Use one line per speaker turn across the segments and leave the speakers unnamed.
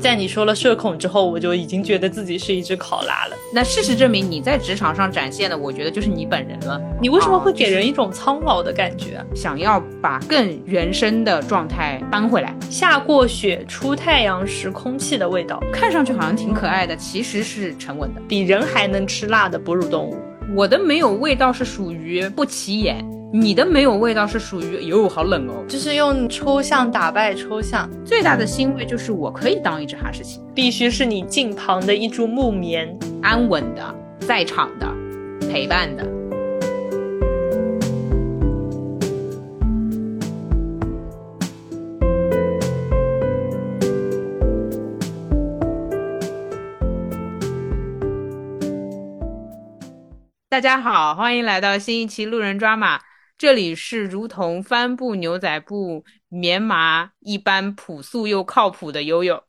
在你说了社恐之后，我就已经觉得自己是一只考拉了。
那事实证明，你在职场上展现的，我觉得就是你本人了。
你为什么会给人一种苍老的感觉？
想要把更原生的状态搬回来，
下过雪、出太阳时空气的味道，
看上去好像挺可爱的，其实是沉稳的。
比人还能吃辣的哺乳动物。
我的没有味道是属于不起眼，你的没有味道是属于哟好冷哦。
就是用抽象打败抽象，
最大的欣慰就是我可以当一只哈士奇，
必须是你近旁的一株木棉。
安稳的、在场的、陪伴的。大家好，欢迎来到新一期路人抓马，这里是如同帆布、牛仔布、棉麻一般朴素又靠谱的悠悠。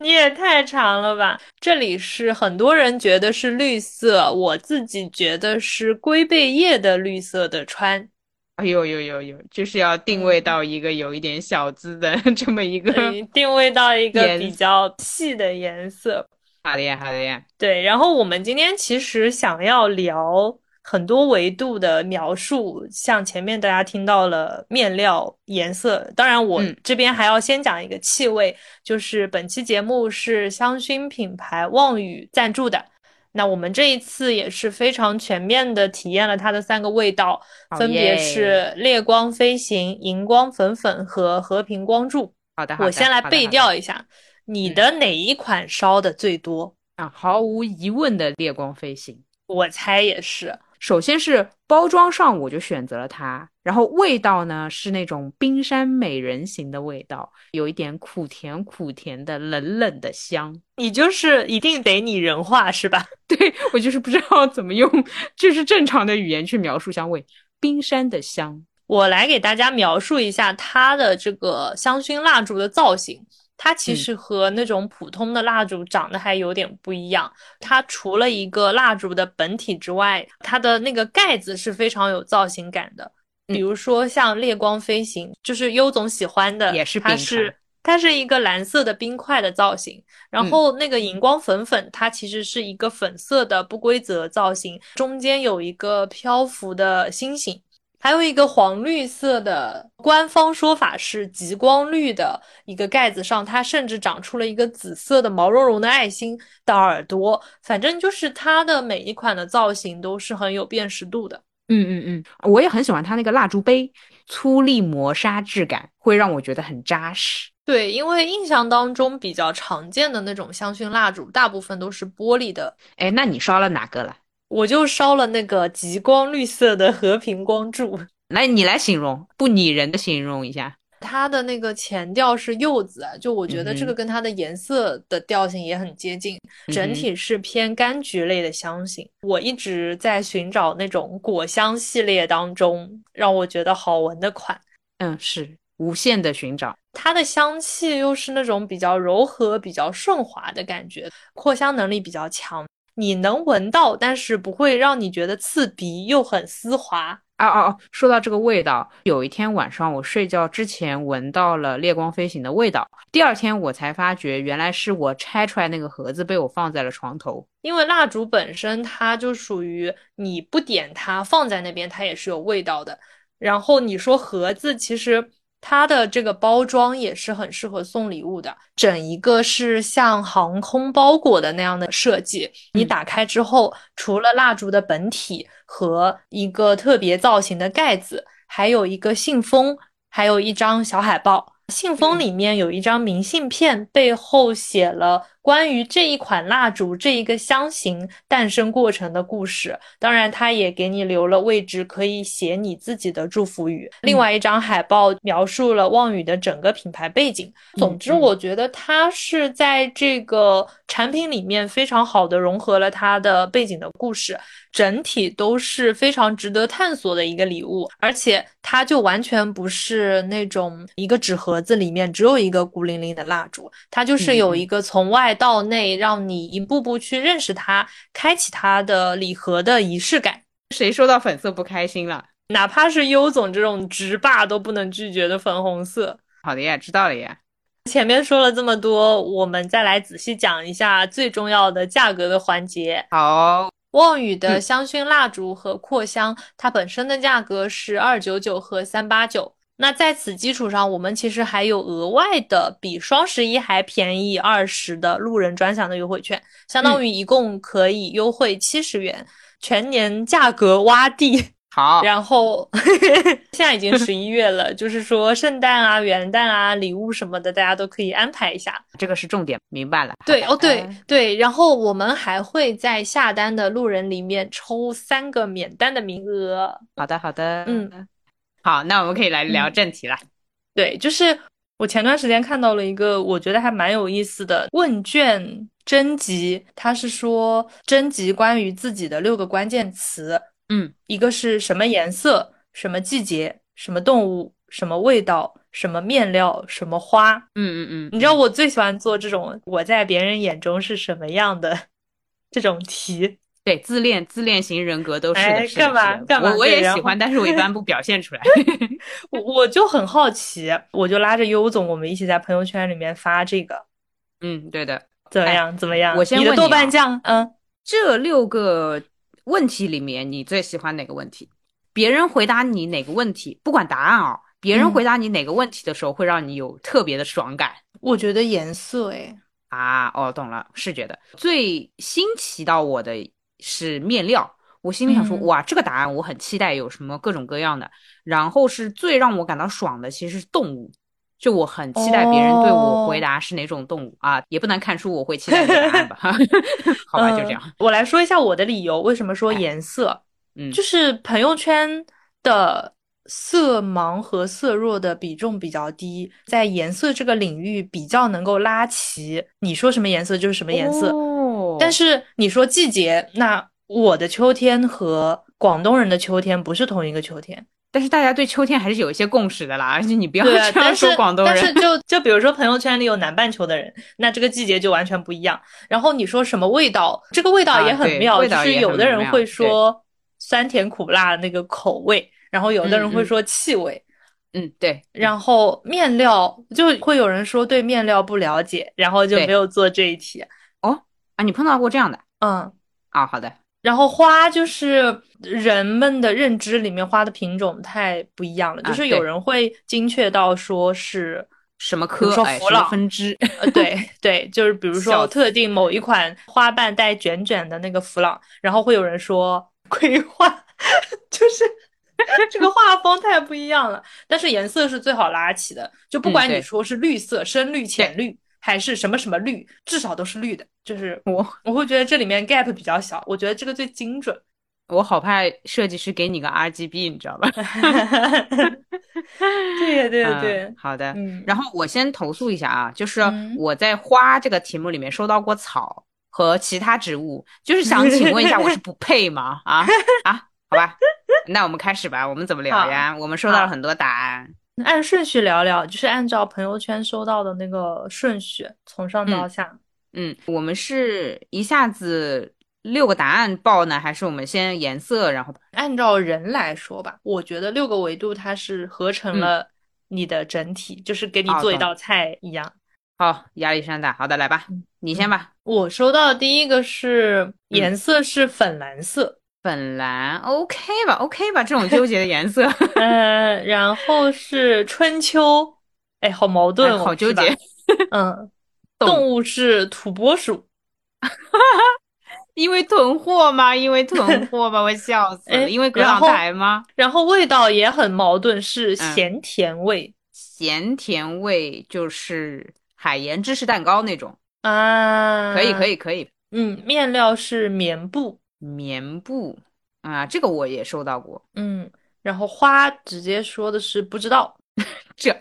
你也太长了吧！这里是很多人觉得是绿色，我自己觉得是龟背叶的绿色的川。
哎呦呦呦呦，就是要定位到一个有一点小资的 这么一个。
对定位到一个
颜
比较细的颜色。
好的呀，好的呀，
对，然后我们今天其实想要聊很多维度的描述，像前面大家听到了面料、颜色，当然我
嗯
这边还要先讲一个气味，就是本期节目是香薰品牌望雨赞助的。那我们这一次也是非常全面的体验了它的三个味道，
好
分别
耶
是烈光飞行、荧光粉粉和和平光柱。
好的，好的
我先来
好的
背
好的
调一下，你的哪一款烧的最多？
啊，毫无疑问的猎光飞行。
我猜也是，
首先是包装上我就选择了它，然后味道呢是那种冰山美人型的味道，有一点苦甜苦甜的冷冷的香。
你就是一定得拟人化是吧？
对，我就是不知道怎么用，就是正常的语言去描述香味，冰山的香。
我来给大家描述一下它的这个香薰蜡烛的造型。它其
嗯
实和那种普通的蜡烛长得还有点不一样。它除了一个蜡烛的本体之外，它的那个盖子是非常有造型感的。
嗯
比如说像烈光飞行，就是优总喜欢的，
也是
它
冰
是
块嗯
它是一个蓝色的冰块的造型。然后那个荧光粉粉，它其实是一个粉色的不规则造型，中间有一个漂浮的星星。还有一个黄绿色的，官方说法是极光绿的一个盖子上，它甚至长出了一个紫色的毛茸茸的爱心的耳朵。反正就是它的每一款的造型都是很有辨识度的。
嗯嗯嗯，我也很喜欢它那个蜡烛杯，粗粝磨砂质感会让我觉得很扎实。
对，因为印象当中比较常见的那种香薰蜡烛，大部分都是玻璃的。
哎，那你烧了哪个了？
我就烧了那个极光绿色的和平光柱，
来，你来形容，不拟人的形容一下。
它的那个前调是柚子，就我觉得这
嗯哼
个跟它的颜色的调性也很接近。整
嗯哼
体是偏柑橘类的香型。我一直在寻找那种果香系列当中让我觉得好闻的款，
嗯，是无限的寻找。
它的香气又是那种比较柔和、比较顺滑的感觉，扩香能力比较强。你能闻到，但是不会让你觉得刺鼻，又很丝滑。
哦哦哦，说到这个味道，有一天晚上我睡觉之前闻到了烈光飞行的味道，第二天我才发觉原来是我拆出来那个盒子被我放在了床头。
因为蜡烛本身它就属于你不点它放在那边，它也是有味道的。然后你说盒子，其实它的这个包装也是很适合送礼物的，整一个是像航空包裹的那样的设计。你
嗯
打开之后，除了蜡烛的本体和一个特别造型的盖子，还有一个信封，还有一张小海报。信封
嗯
里面有一张明信片，背后写了关于这一款蜡烛、这一个香型诞生过程的故事。当然，它也给你留了位置，可以写你自己的祝福语。
嗯
另外一张海报描述了望雨的整个品牌背景。总之，
嗯
我觉得它是在这个产品里面非常好的融合了它的背景的故事，整体都是非常值得探索的一个礼物，而且它就完全不是那种一个纸盒子里面只有一个孤零零的蜡烛，它就是有一个从外到内让你一步步去认识它、开启它的礼盒的仪式感。
谁收到粉色不开心了？
哪怕是优总这种直霸都不能拒绝的粉红色，
好的呀，知道了呀。
前面说了这么多，我们再来仔细讲一下最重要的价格的环节。
好，
望雨的香薰蜡烛和扩香，它本身的价格是二九九和三八九。那在此基础上，我们其实还有额外的比双十一还便宜二十的路人专享的优惠券，相当于一共可以优惠七十元，全年价格洼地。
好，
然后现在已经十一月了，就是说圣诞啊、元旦啊、礼物什么的，大家都可以安排一下。
这个是重点，明白了。
对哦，对
哎
对，然后我们还会在下单的路人里面抽三个免单的名额。
好的，好的，
嗯，
好，那我们可以来聊正题了。
对，就是我前段时间看到了一个我觉得还蛮有意思的问卷征集，它是说征集关于自己的六个关键词，
嗯，
一个是什么颜色、什么季节、什么动物、什么味道、什么面料、什么花。
嗯嗯嗯，
你知道我最喜欢做这种我在别人眼中是什么样的 这种题。
对自恋自恋型人格都是的，
哎
是的
干嘛
是的
干嘛
我我
对
也
然
喜 欢，
后
但是我一般不表现 出来。
我我就很好奇，我就拉着优总，我们一起在朋友圈里面发这个，
嗯，对的。
怎么
哎
样？怎么样？
我先
你的
问
豆
你啊
瓣酱，嗯，
这六个问题里面，你最喜欢哪个问题？别人回答你哪个问题，不管答案啊、别人
嗯
回答你哪个问题的时候，会让你有特别的爽感
我觉得颜色，哎，
啊！哦，懂了，视觉的。最新奇到我的是面料，我心里想说，
嗯
哇，这个答案我很期待，有什么各种各样的。然后是最让我感到爽的，其实是动物。就我很期待别人对我回答是哪种动物、啊，也不难看出我会期待的答 案吧，好吧，就这样，哎
嗯我来说一下我的理由，为什么说颜色？
嗯，
就是朋友圈的色盲和色弱的比重比较低，在颜色这个领域比较能够拉齐。你说什么颜色就是什么颜色，
哦
但是你说季节，那我的秋天和广东人的秋天不是同一个秋天。
但是大家对秋天还是有一些共识的啦，而且你不要
对啊，
这样
但
说
是
广东
但是
人。
就 就比如说朋友圈里有南半球的人，那这个季节就完全不一样。然后你说什么味道，这个味道
啊
也很
对
妙，
味
就
道
是
也
有
很
的人
妙
会
对
说酸甜苦辣那个口味，然后有的人
嗯
会
嗯
说气味，
嗯，对，
然后面料就会有人说对面料不了解，然后就
对
没有做这一题。
啊，你碰到过这样的
嗯，
啊？好的，
然后花就是人们的认知里面花的品种太不一样了，就
啊
是有
对
人会精确到说是。
什么
比如
科
说
哎，
弗
什么
朗
分支？
呃，对对，就是比如说
笑死
特定某一款花瓣带卷卷的那个弗朗，然后会有人说葵花， 就是这个画风太不一样了。但是颜色是最好拉起的，就不
嗯
管你
对
说是绿色、深绿、浅绿，还是什么什么绿，至少都是绿的。就是
我
我会觉得这里面 gap 比较小，我觉得这个最精准。
我好怕设计师给你个 RGB，你知道吧？
对 呀，对呀，
嗯
对呀，
好的。
嗯，
然后我先投诉一下啊，就是
嗯
我在花这个题目里面收到过草和其他植物，就是想请问一下，我是不配吗？ 啊啊，好吧，那我们开始吧，我们怎么聊呀？我们收到
好
了很多答案。
按顺序聊聊，就是按照朋友圈收到的那个顺序，从上到
嗯
下。
嗯，我们是一下子六个答案报呢，还是我们先颜色，然后
按照人来说吧，我觉得六个维度它是合
嗯
成了你的整体，就是给你
哦
做一
懂
道菜一样。
好压力山大，好的，来吧
嗯，
你先吧。
我收到的第一个
嗯
是颜色是粉蓝色，
粉蓝，OK 吧，OK 吧，这种纠结的颜色，
呃，然后是春秋，哎，好矛盾
哎
哦，
好纠
是吧
结。
嗯，
动
动物是土拨鼠，
因为囤货吗？因为囤 货吗？我笑死
哎
了。因为葛
然
朗
后
台吗？
然后味道也很矛盾，是
嗯
咸甜味
咸甜味就是海盐芝士蛋糕那种，
啊，
可以，可
以，
以，可以。
嗯，面料是棉布，
棉布啊，这个我也收到过。
嗯，然后花直接说的是不知道。
这啊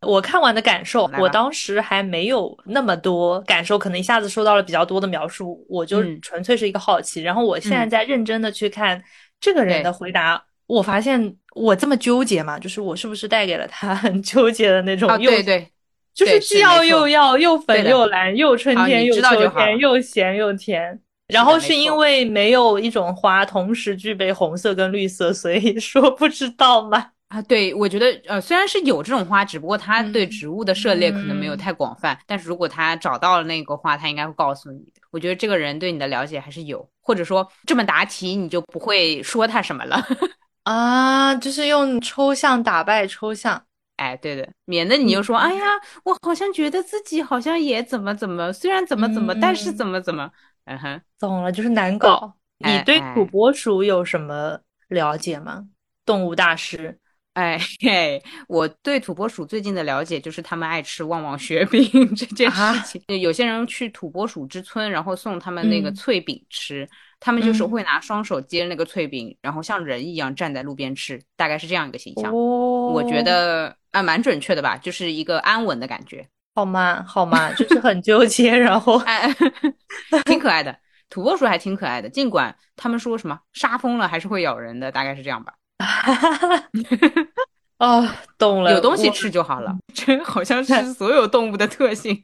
我看完的感受，
来吧
我当时还没有那么多感受，可能一下子收到了比较多的描述，我就
嗯
纯粹是一个好奇。然后我现在在认真的去看这个人的回答，我发现我这么纠结嘛，就是我是不是带给了他 很纠结的那种
啊，
哦又
对对，
就是
对
既
是
要
没错
又要又
对
粉
的
又蓝又春
啊
天
你
又
知道
秋
就好
天又咸又甜。然后
没
是因
错
为没有一种花同时具备红色跟绿色，所以说不知道吗？
啊，对，我觉得呃，虽然是有这种花，只不过它对植物的涉猎可能
嗯
没有太广泛。但是如果他找到了那个花，他应该会告诉你的。我觉得这个人对你的了解还是有，或者说这么答题你就不会说他什么了。
啊，就是用抽象打败抽象。
哎，对的，免得你就说，哎呀，
嗯
我好像觉得自己好像也怎么怎么，虽然怎么怎么，但是怎么怎么，嗯哼，
懂了，就是难搞。
哎
你对
哎
土拨鼠有什么了解吗？动物大师。
哎嘿，我对土拨鼠最近的了解就是他们爱吃旺旺雪饼这件
啊
事情。有些人去土拨鼠之村，然后送他们那个
嗯
脆饼吃，他们就是
嗯
会拿双手接那个脆饼，然后像人一样站在路边吃，大概是这样一个形象。
哦，
我觉得啊，蛮准确的吧，就是一个安稳的感觉。
好嘛，好嘛，就是很纠结， 然 后
哎，挺可爱的。土拨鼠还挺可爱的，尽管他们说什么杀疯了还是会咬人的，大概是这样吧。
哦，懂了，
有东西
我嗯
吃就好了，这好像是所有动物的特 性。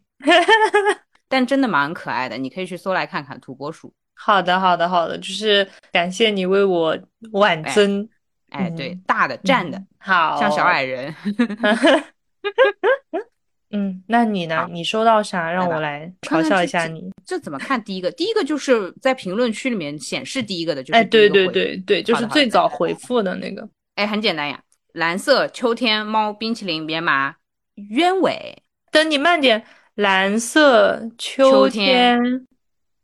但真的蛮可爱的，你可以去搜来看看土拨鼠。
好的，好的，好的，就是感谢你为我挽
哎
尊，
哎，对，
嗯
大的站的
嗯，好，
像小矮人。
嗯，那你呢？
好
你收到啥？让
来吧
我来
看
嘲
看
笑
这
一下
几
你。
这怎么看？第一个，第一个就是在评论区里面显示第一个的，就是
哎，
第
对
一个
对
回
对对，就
好
是
的好的
最
来
早
来
回复的那个。
哎，很简单呀，蓝色秋天猫冰淇淋棉麻鸢尾
等你慢点，蓝色秋
秋天
天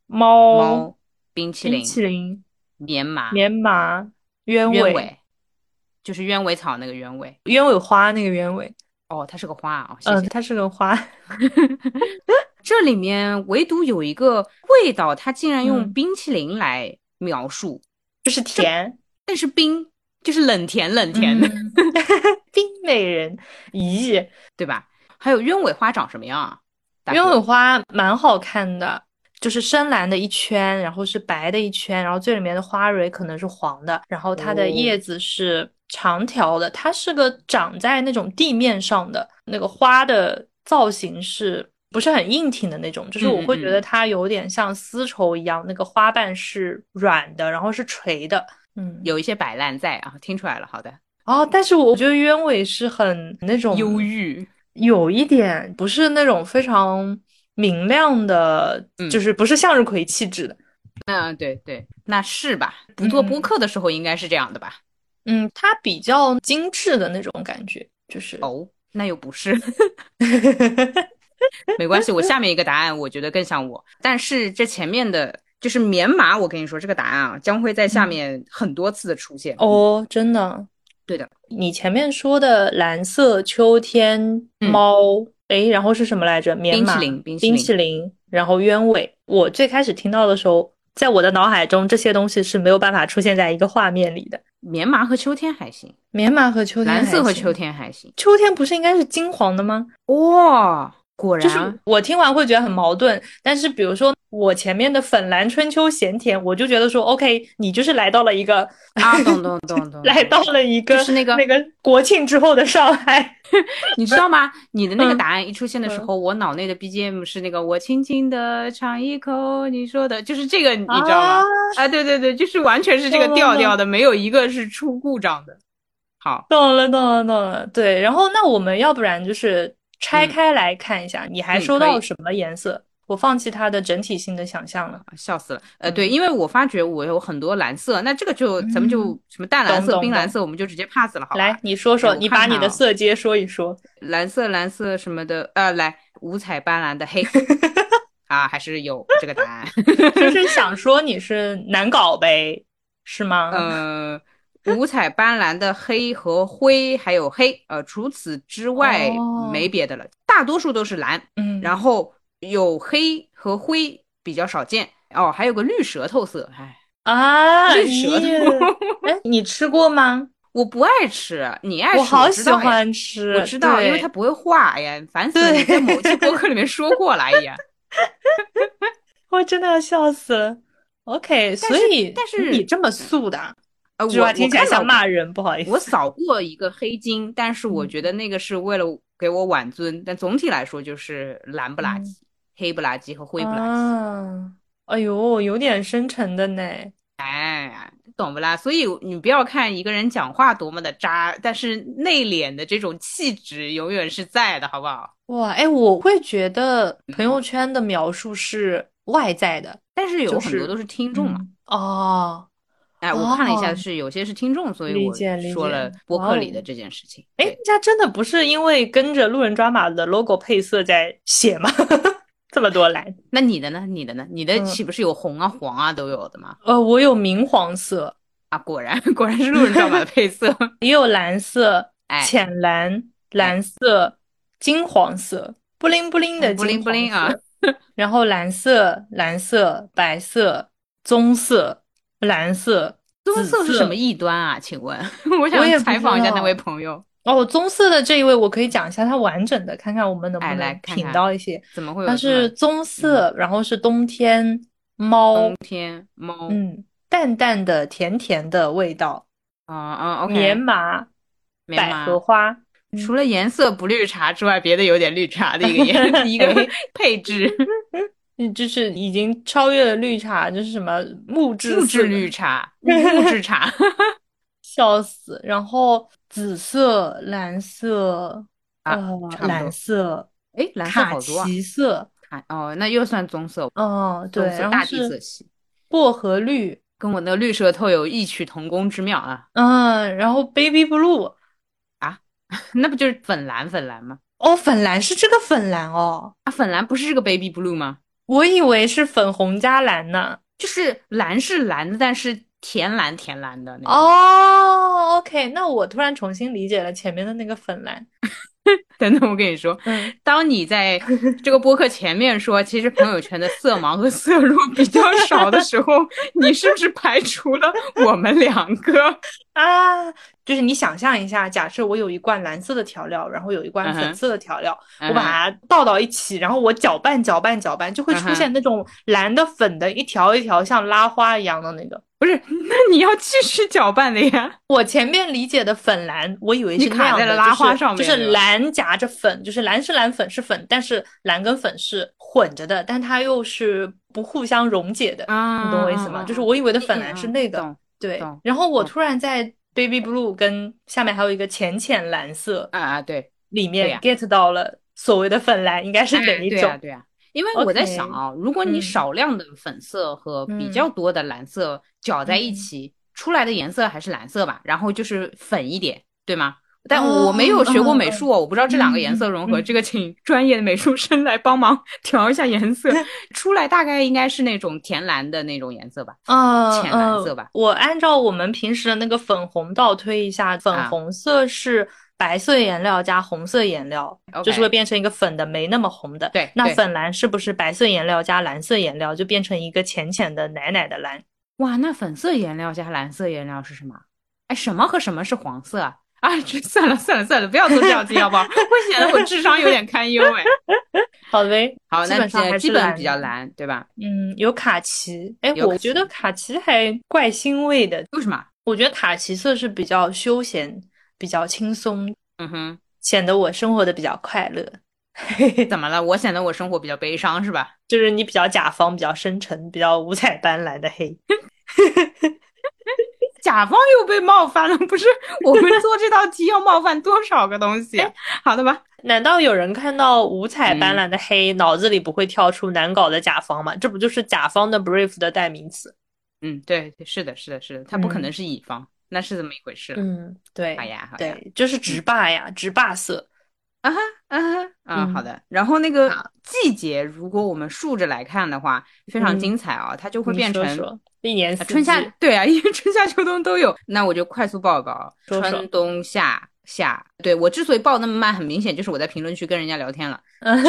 猫
猫冰淇
哦冰
淋
淇淋
棉麻
棉麻鸢
鸢
尾
尾，就是鸢尾草那个鸢尾。
鸢尾花那个鸢尾，
哦，它是个花啊、哦，谢
嗯、
谢。
它是个花。
这里面唯独有一个味道，它竟然用
嗯
冰淇淋来描述，
就是甜
但是冰就是冷甜冷甜的，
嗯 冰美人，咦，
对吧？还有鸢尾花长什么样啊？大
鸢
哥
尾花蛮好看的，就是深蓝的一圈，然后是白的一圈，然后最里面的花蕊可能是黄的，然后它的
哦
叶子是长条的，它是个长在那种地面上的，那个花的造型是不是很硬挺的那种？就是我会觉
嗯嗯
得它有点像丝绸一样，那个花瓣是软的，然后是垂的，嗯，
有一些摆烂在啊，听出来了，好的，
哦，但是我觉得鸢尾是很那种
忧郁，
有一点不是那种非常明亮的，
嗯
就是不是向日葵气质的。
嗯，对对，那是吧？不做播
嗯
客的时候应该是这样的吧？
嗯，它比较精致的那种感觉，就是
哦，那又不是，没关系，我下面一个答案我觉得更像我，但是这前面的就是棉麻，我跟你说这个答案啊，将会在下
嗯
面很多次的出现。
哦，真的。
对的，
你前面说的蓝色秋天
嗯
猫，诶，然后是什么来着？棉
冰淇
麻
淋冰淇
冰
淋
淇淋，然后鸢尾。我最开始听到的时候，在我的脑海中，这些东西是没有办法出现在一个画面里的。
棉麻和秋天还行，
棉麻和秋天
蓝色
还
和
行
秋天还行。
秋天不是应该是金黄的吗？
哇、果然、
就是我听完会觉得很矛盾，但是比如说我前面的粉蓝春秋咸甜，我就觉得说，OK，你就是来到了一个，
啊，懂懂懂懂，
来到了一个
就是那个
那个国庆之后的上海，
你知道吗？你的那个
嗯
答案一出现的时
嗯
候，我脑内的 BGM 是那个我轻轻的尝一口你说的，就是这个，你知道吗？
啊
啊，对对对，就是完全是这个
懂
调
懂
调的，没有一个是出故障的。好，
懂了，懂了，懂了。对，然后那我们要不然就是拆开来看一下，你还
嗯
收
可
到
以
什么颜色？我放弃它的整体性的想象了。
笑死了，呃，对，
嗯
因为我发觉我有很多蓝色，那这个就咱们就
嗯
什么淡蓝
懂
色、
懂
冰蓝
懂
色，我们就直接 pass 了，好吧？
来，你说说，
哎我
你
看
把
看
你的
啊
色阶说一 说。
蓝色、蓝色什么的，呃，来五彩斑斓的黑 啊，还是有这个答案。
就是想说你是难搞呗，是吗？嗯
呃，五彩斑斓的黑和灰，还有黑，呃，除此之外
哦
没别的了，大多数都是蓝，
嗯，
然后有黑和灰比较少见哦，还有个绿舌头色，哎，
啊，
绿舌头
你哎，你吃过 吗？
我不爱吃，你爱吃，
我好
知
喜
道哎呀
欢吃，
我知道，因为它
对
不会画，哎呀，烦死了！
对
你在某期播客里面说过了，哎 呀，
我真的要笑死了。OK，
但
所
是
以
但是
你这么素的啊，
呃，
这句
我
话听起来像骂。人，嗯不好意
我看
思。
到过我扫过一个黑金，但是我觉得那个是为了给我挽尊，但总体来说就是蓝不拉
嗯
几、黑不
啊
拉几和灰不拉几。
啊，哎呦，有点深沉的呢。
哎，懂不啦？所以你不要看一个人讲话多么的渣，但是内敛的这种气质永远是在的，好不好？
哇，哎，我会觉得
嗯
朋友圈的描述是外在的，
但是有
就
很
是
多都是听众嘛。
嗯哦。
哎，我看了一下，
哦
是有些是听众，所以
理
我
解理
说
解
了播
哇
客
哦
里的这件事情。
哎，
对
人家真的不是因为跟着路人抓马的 logo 配色在写吗？ 这么多蓝，
那你的呢？你的呢？你的
嗯
岂不是有红啊、黄啊都有的吗？
呃，我有明黄色，
啊，果然 果然是路人抓马的配色。
也有蓝色、
哎，
浅蓝、蓝色、金黄色，布灵布灵的
嗯布灵
金
布灵
黄
啊
色，然后蓝色、蓝色、白色、棕色、蓝色、
棕
紫
色是什
色
么异端啊？请问， 我想
我也不
采
知
访一下那
道
位朋友，
哦，棕色的这一位我可以讲一下它完整的，看看我们能不
哎来
能
看
品
看
到一些。
怎么会有
它
这么嗯
是棕色，然后是冬天猫，
冬天猫？
嗯，淡淡的甜甜的味道，
啊啊，OK，
棉麻、
棉
百
麻
合嗯花，
除了颜色不绿茶之外，别的有点绿茶的一个颜 一个
哎
配置，
嗯，就是已经超越了绿茶，就是什么木质
木质
色的
绿 茶，木质茶。
笑死。然后紫色、蓝色，
啊
呃，
差不多
蓝色、
哎，蓝色
卡
好多啊！
其色，
卡哦，那又算棕色，
嗯，对，
棕色
然后
大地
是
色系，
薄荷绿，
跟我那个绿舌头有异曲同工之妙啊！
嗯，然后 baby blue，
那不就是粉蓝粉蓝吗？
哦，粉蓝是这个粉蓝哦，
啊，粉蓝不是这个 baby blue 吗？
我以为是粉红加蓝呢。
就是蓝是蓝的，但是甜蓝甜蓝的那种。
哦，OK，那我突然重新理解了前面的那个粉蓝。
等等，我跟你说，
嗯，
当你在这个播客前面说，其实朋友圈的色盲和色弱比较少的时候，你是不是排除了我们两 个？
啊，就是你想象一下，假设我有一罐蓝色的调料，然后有一罐
嗯哼
粉色的调料，我
嗯
把它倒到一起，然后我搅拌搅拌搅拌，就会
嗯
出
哼
现那种蓝的粉的一条一条像拉花一样的那个。
不是，那你要继续搅拌的呀。
我前面理解的粉蓝，我以为
你
是那
卡
样
在
的，
了拉
就
花
是
上
就
面
是
对吧
蓝夹着粉，就是蓝是蓝，粉是粉，但是蓝跟粉是混着的，但它又是不互相溶解的，
啊
你懂我意思吗？就是我以为的粉
嗯
蓝是那个，
懂
对
懂。
然后我
懂
突然在 baby blue 跟下面还有一个浅浅蓝色
啊啊，对，
里
对
面
呀
get 到了所谓的粉蓝应该是哪
哎
一
对啊，
种？
对啊，因为我在
OK，
想啊，如果你
嗯
少量的粉色和比较多的蓝色搅在一
嗯
起，出来的颜色还是蓝色吧，然后就是粉一点，对吗？但
哦
我没有学过
嗯
美术哦，我不知道这两个颜色融合，
嗯嗯
这个请专业的美术生来帮忙 调一下 颜色，出来大概应该是那种甜蓝的那种颜色吧。
嗯
浅蓝色吧
嗯我按照我们平时的那个粉红倒推一下，粉
啊
红色是白色颜料加红色颜料，就是
OK
会变成一个粉的，没那么红的。
对
那
对
粉蓝是不是白色颜料加蓝色颜料就变成一个浅浅的奶奶的蓝？
哇，那粉色颜料加蓝色颜料是什么？哎，什么和什么是黄色啊？啊，这算了算了算了，不要做这道题好不好？ 会显得我智商有点堪忧哎。
好嘞，
好，
基
那
本上
这
还
基
是
本
蓝
比较
的
蓝，对吧？
嗯，有卡其，哎，
有
我
卡
觉得卡其还怪欣慰的，
为什么？
我觉得卡其色是比较休闲、比较轻松，
嗯哼，
显得我生活的比较快乐。
怎么了？我显得我生活比较悲伤是吧？
就是你比较甲方，比较深沉，比较五彩斑斓的黑。
甲方又被冒犯了，不是？我们做这道题要冒犯多少个东西啊？好的吧？
难道有人看到五彩斑
嗯
斓的黑，脑子里不会跳出难搞的甲方吗？这不就是甲方的 brief 的代名词？
嗯，对，对是的，是的，是的，他不可能是乙方，那是这么一回事了。
嗯，对
好，哎呀，好嗯呀，
对，就是直霸呀，直霸色。
啊哈，啊哈，啊，
嗯
好的。然后那个
好
季节，如果我们竖着来看的话，非常
嗯
精彩啊，它就会
你
变
说
成
说一年
啊
四
春夏
季，
对啊，因为春夏秋冬都有，那我就快速报一报啊
说说
春冬夏夏。对我之所以报那么慢，很明显就是我在评论区跟人家聊天了。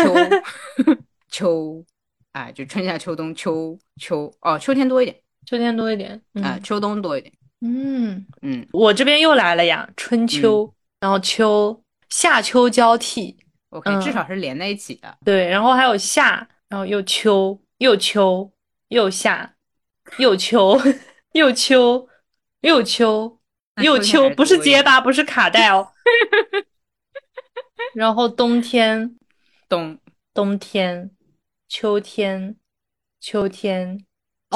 秋秋，啊，就春夏秋冬秋秋哦，秋天多一点
秋天多一点。
啊、秋冬多一点。
嗯嗯，
嗯，
我这边又来了呀，春秋，然后秋夏秋交替，
OK，至
嗯
少是连在一起的。
对，然后还有夏，然后又秋，又秋，又夏，又秋，又秋，又秋，
那
又
秋天
秋，
还是
不是
多一
结
点
巴，不是卡带 哦。然后冬天，
冬
冬天，秋天，秋天。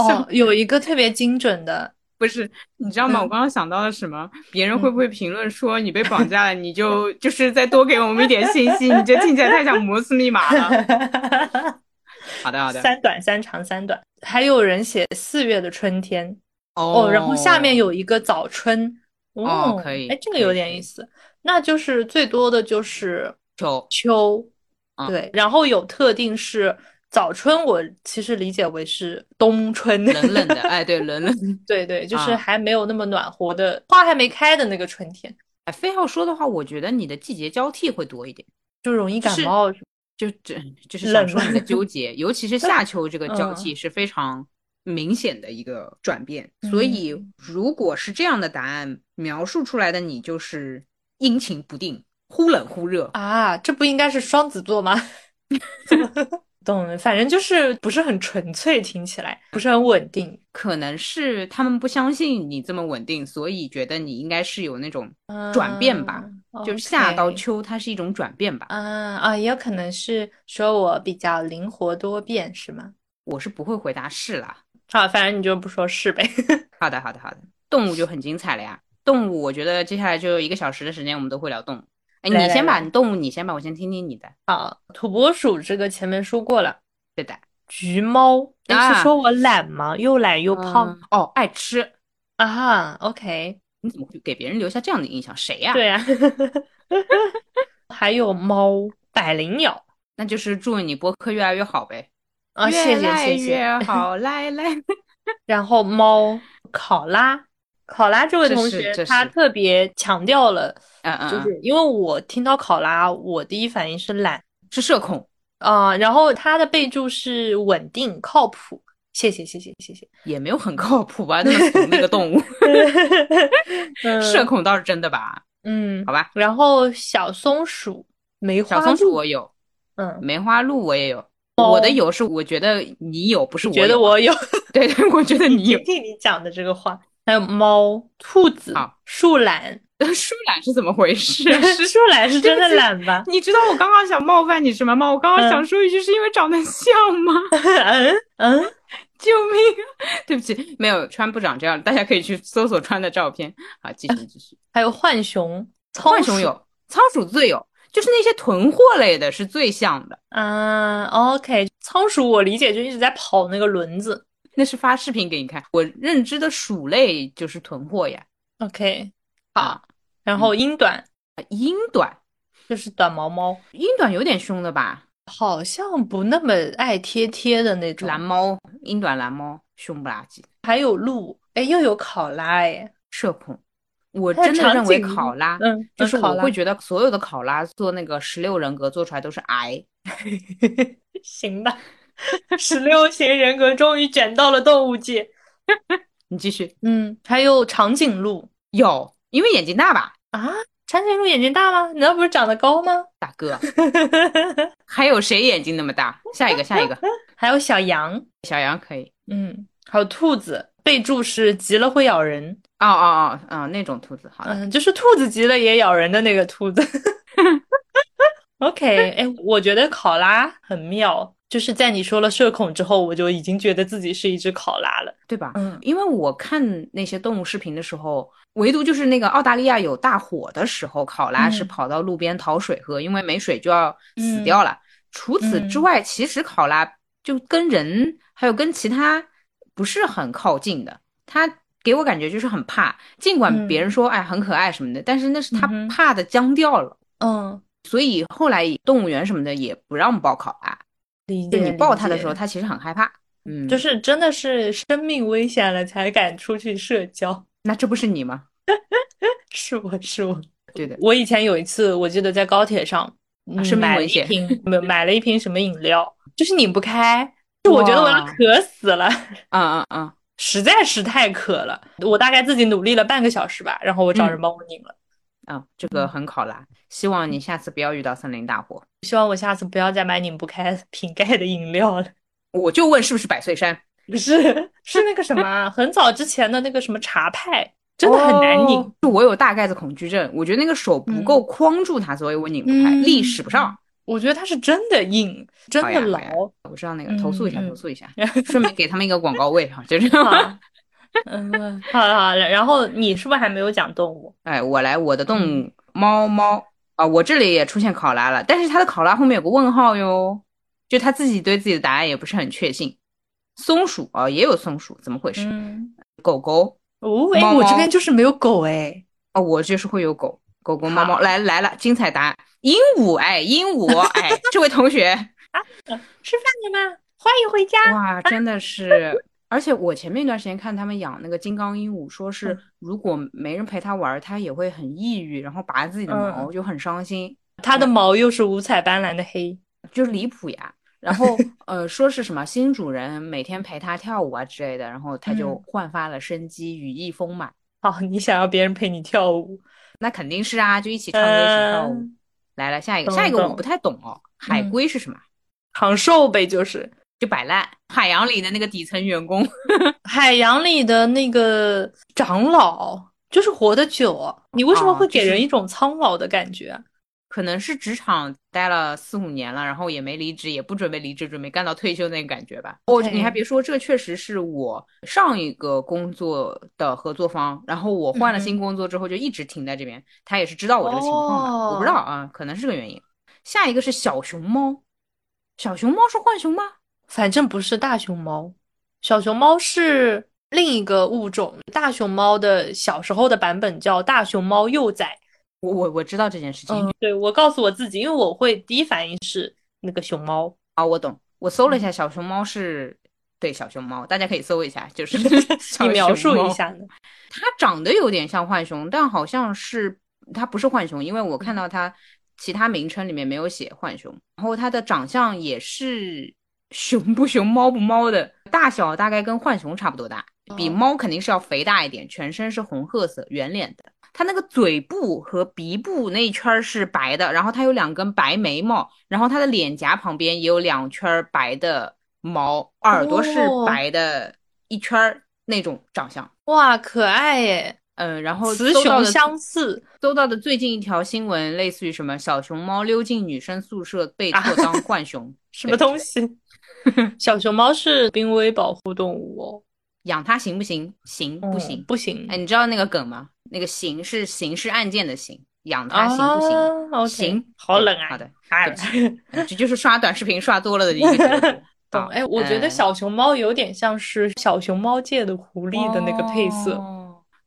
像
哦，有一个特别精准的，
不是，你知道
嗯
吗？我刚刚想到了什么？别人会不会评论说你被绑架了，你就就是再多给我们一点信息？你这听起来太像摩斯密码 了。好的，好的。
三短三长三短，还有人写四月的春天哦，然后下面有一个早春
哦，可以，
哎，这个有点意思。那就是最多的就是
秋
秋，
嗯
对，然后有特定是。早春，我其实理解为是冬春，
冷冷的，啊哎，对，冷冷，
对对，就是还没有那么暖和的、啊、花还没开的那个春天。
哎，非要说的话，我觉得你的季节交替会多一点，
就容易感冒，
就这
嗯
就是想说你的 纠结，尤其是夏秋这个交替是非常明显的一个转变，嗯、所以如果是这样的答案描述出来的，你就是阴晴不定，忽冷忽热
啊，这不应该是双子座吗？ 懂，反正就是不是很纯粹，听起来不是很稳定。
可能是他们不相信你这么稳定，所以觉得你应该是有那种转变吧，
啊、
就是夏到秋，它是一种转变吧。
啊啊，也有可能是说我比较灵活多变，是吗？
我是不会回答是啦。
好，反正你就不说是呗。
好的，好的，好的。动物就很精彩了呀，动物，我觉得接下来就一个小时的时间，我们都会聊动物。哎，
来来来
你先把你动物，你先把我先听听你的。
好，土拨鼠这个前面说过了，
对的。
橘猫，你、
啊、
是说我懒吗？又懒又胖、嗯、
哦，爱吃嗯
啊。OK，
你怎么会给别人留下这样的印象？谁呀、啊？
对呀、啊。 还有猫，百灵鸟，
那就是祝你播客越来越好呗。
啊，谢谢谢谢。
越好，来来。
然后猫，考拉。考拉这位同学，他特别强调了，
嗯嗯，
就是因为我听到考拉，我第一反应是懒，
是社恐
啊、呃。然后他的备注是稳定、靠谱，谢谢谢谢谢 谢，
也没有很靠谱吧？那么怂的一个 动物，社恐倒是真的吧？
嗯，
好吧。
然后小松鼠、梅花
小松鼠我有，
嗯，
梅花鹿我也有。我的有是我觉得你有，不是我
觉得我有，
对对，我觉得你有。
听你讲的这个话。还有猫、兔子、树懒，
树懒 是怎么回事？
树懒是真的懒 吧？
你知道我刚刚想冒犯你什么吗？我刚刚想说一句，是因为长得像吗？
嗯嗯，
救命！啊 对不起，没有川部长这样，大家可以去搜索川的照片。好，继续继续。
还有浣熊，
呃浣熊有，仓鼠最有，就是那些囤货类的是最像的。
啊，OK，仓鼠我理解就一直在跑那个轮子。
那是发视频给你看。我认知的鼠类就是囤货呀。
OK，好。
啊
然后英短，
嗯、英短
就是短毛猫。
英短有点凶的吧？
好像不那么爱贴贴的那种。
蓝猫，英短蓝猫凶不拉几。
还有鹿，哎，又有考拉，哎，
社恐。我真的认为考拉，
嗯，
就是我会觉得所有的考拉做那个十六人格做出来都是癌。
行吧。十六型人格终于卷到了动物界，
你继续。
嗯，还有长颈鹿，
有，因为眼睛大吧？
啊，长颈鹿眼睛大吗？难道不是长得高吗？
大哥， 还有谁眼睛那么大？下一个，下一个，
还有小羊，
小羊可以。
嗯，还有兔子，备注是急了会咬人。
哦哦哦哦，那种兔子，好的，
嗯，就是兔子急了也咬人的那个兔子。OK，哎， 我觉得考拉很妙。就是在你说了社恐之后，我就已经觉得自己是一只考拉了，
对吧？
嗯，
因为我看那些动物视频的时候，唯独就是那个澳大利亚有大火的时候，考拉是跑到路边讨水喝，
嗯、
因为没水就要死掉了。
嗯、
除此之外，嗯、其实考拉就跟人还有跟其他不是很靠近的，它给我感觉就是很怕。尽管别人说哎很可爱什么的，但是那是它怕的僵掉了。
嗯，
所以后来动物园什么的也不让抱考拉。
理
就你抱它的时
候，
它其实很害怕，嗯，
就是真的是生命危险了才敢出去社交。
那这不是你吗？
是我是我，
对的。
我以前有一次，我记得在高铁上，
啊、生命危
险买了一瓶，没买了一瓶什么饮料，就是拧不开，就我觉得我要渴死了，
啊啊啊！
实在是太渴了，我大概自己努力了半个小时吧，然后我找人帮我拧了。
嗯啊、哦，这个很考拉，希望你下次不要遇到森林大火。
希望我下次不要再买拧不开瓶盖的 饮料了。
我就问是不是百岁山？
不是，是那个什么，啊很早之前的那个什么茶派，真的很难拧。
哦、我有大盖子恐惧症，我觉得那个手不够框住它，嗯、所以我拧不开，
嗯、
力使不上。
我觉得它是真的硬，真的牢。嗯 啊
我知道那个，投诉一下，投诉一下，顺便给他们一个广告位哈，就这样。
嗯，好了好了，然后你是不是还没有讲动物？
哎，我来我的动物猫猫啊，我这里也出现考拉了，但是它的考拉后面有个问号哟，就它自己对自己的答案也不是很确信。松鼠啊，也有松鼠，怎么回事？
嗯，
狗狗
哦，哎，
猫
我这
猫
边就是没有狗哎，
啊，我就是会有狗狗狗猫
好
猫来来了，精彩答案，鹦鹉哎，鹦鹉哎，这位同学
吃饭了吗？欢迎回家。
哇，真的是。而且我前面一段时间看他们养那个金刚鹦鹉，说是
嗯
如果没人陪它玩儿，它也会很抑郁，然后拔自己的
嗯
毛，就很伤心。
它的毛又是五彩斑斓的黑，
就是离谱呀。然后呃，说是什么新主人每天陪它跳舞啊之类的，然后它就
嗯
焕发了生机，羽翼丰满。
好，你想要别人陪你跳舞？
那肯定是啊，就一起唱歌，一起跳舞
嗯。
来了，下一个，
懂
下一个
懂
我不太懂哦，海
嗯
龟是什么？
长寿呗，就是
就摆烂，海洋里的那个底层员工。
海洋里的那个长老，就是活得久。啊你为什么
哦
会
就
给
是
人一种苍老的感觉啊？
可能是职场待了四五年了，然后也没离职，也不准备离职，准备干到退休那个感觉吧。哦，
OK
你还别说，这确实是我上一个工作的合作方，然后我换了
嗯哼
新工作之后就一直停在这边，他也是知道我这个情况的，我不
哦
知道啊，可能是这个原因。下一个是小熊猫，小熊猫是浣熊吗？
反正不是大熊猫，小熊猫是另一个物种。大熊猫的小时候的版本叫大熊猫幼崽。
我我我知道这件事情、
嗯，对，我告诉我自己，因为我会第一反应是那个熊猫。
啊，我懂，我搜了
嗯
一下，小熊猫是。对小熊猫，大家可以搜一下，就 是
你
小
描
熊
述一
猫
下呢？
它长得有点像浣熊，但好像是它不是浣熊，因为我看到它其他名称里面没有写浣熊。然后它的长相也是熊不熊、猫不猫的，大小大概跟浣熊差不多大，比
哦
猫肯定是要肥大一点，全身是红褐色，圆脸的。它那个嘴部和鼻部那一圈儿是白的，然后它有两根白眉毛，然后它的脸颊旁边也有两圈儿白的毛，耳朵是
哦
白的一圈儿那种长相。
哇，可爱耶！
呃，然后
雌
搜到
雄
的
相似，
搜到的最近一条新闻，类似于什么小熊猫溜进女生宿舍被
啊
错 当浣熊，
什么
对
东西？小熊猫是濒危保护动物哦，
养它行不行？行不
嗯
行？
不行
哎，，你知道那个梗吗？那个刑是刑事案件的刑，养它行不行？
行？OK，啊
行
好
对
冷啊！
好的，
哎。
对不呃这就是刷短视频刷多了的一个结果
懂
好
哎，我觉得
嗯
小熊猫有点像是小熊猫界的狐狸的那个配色，
哦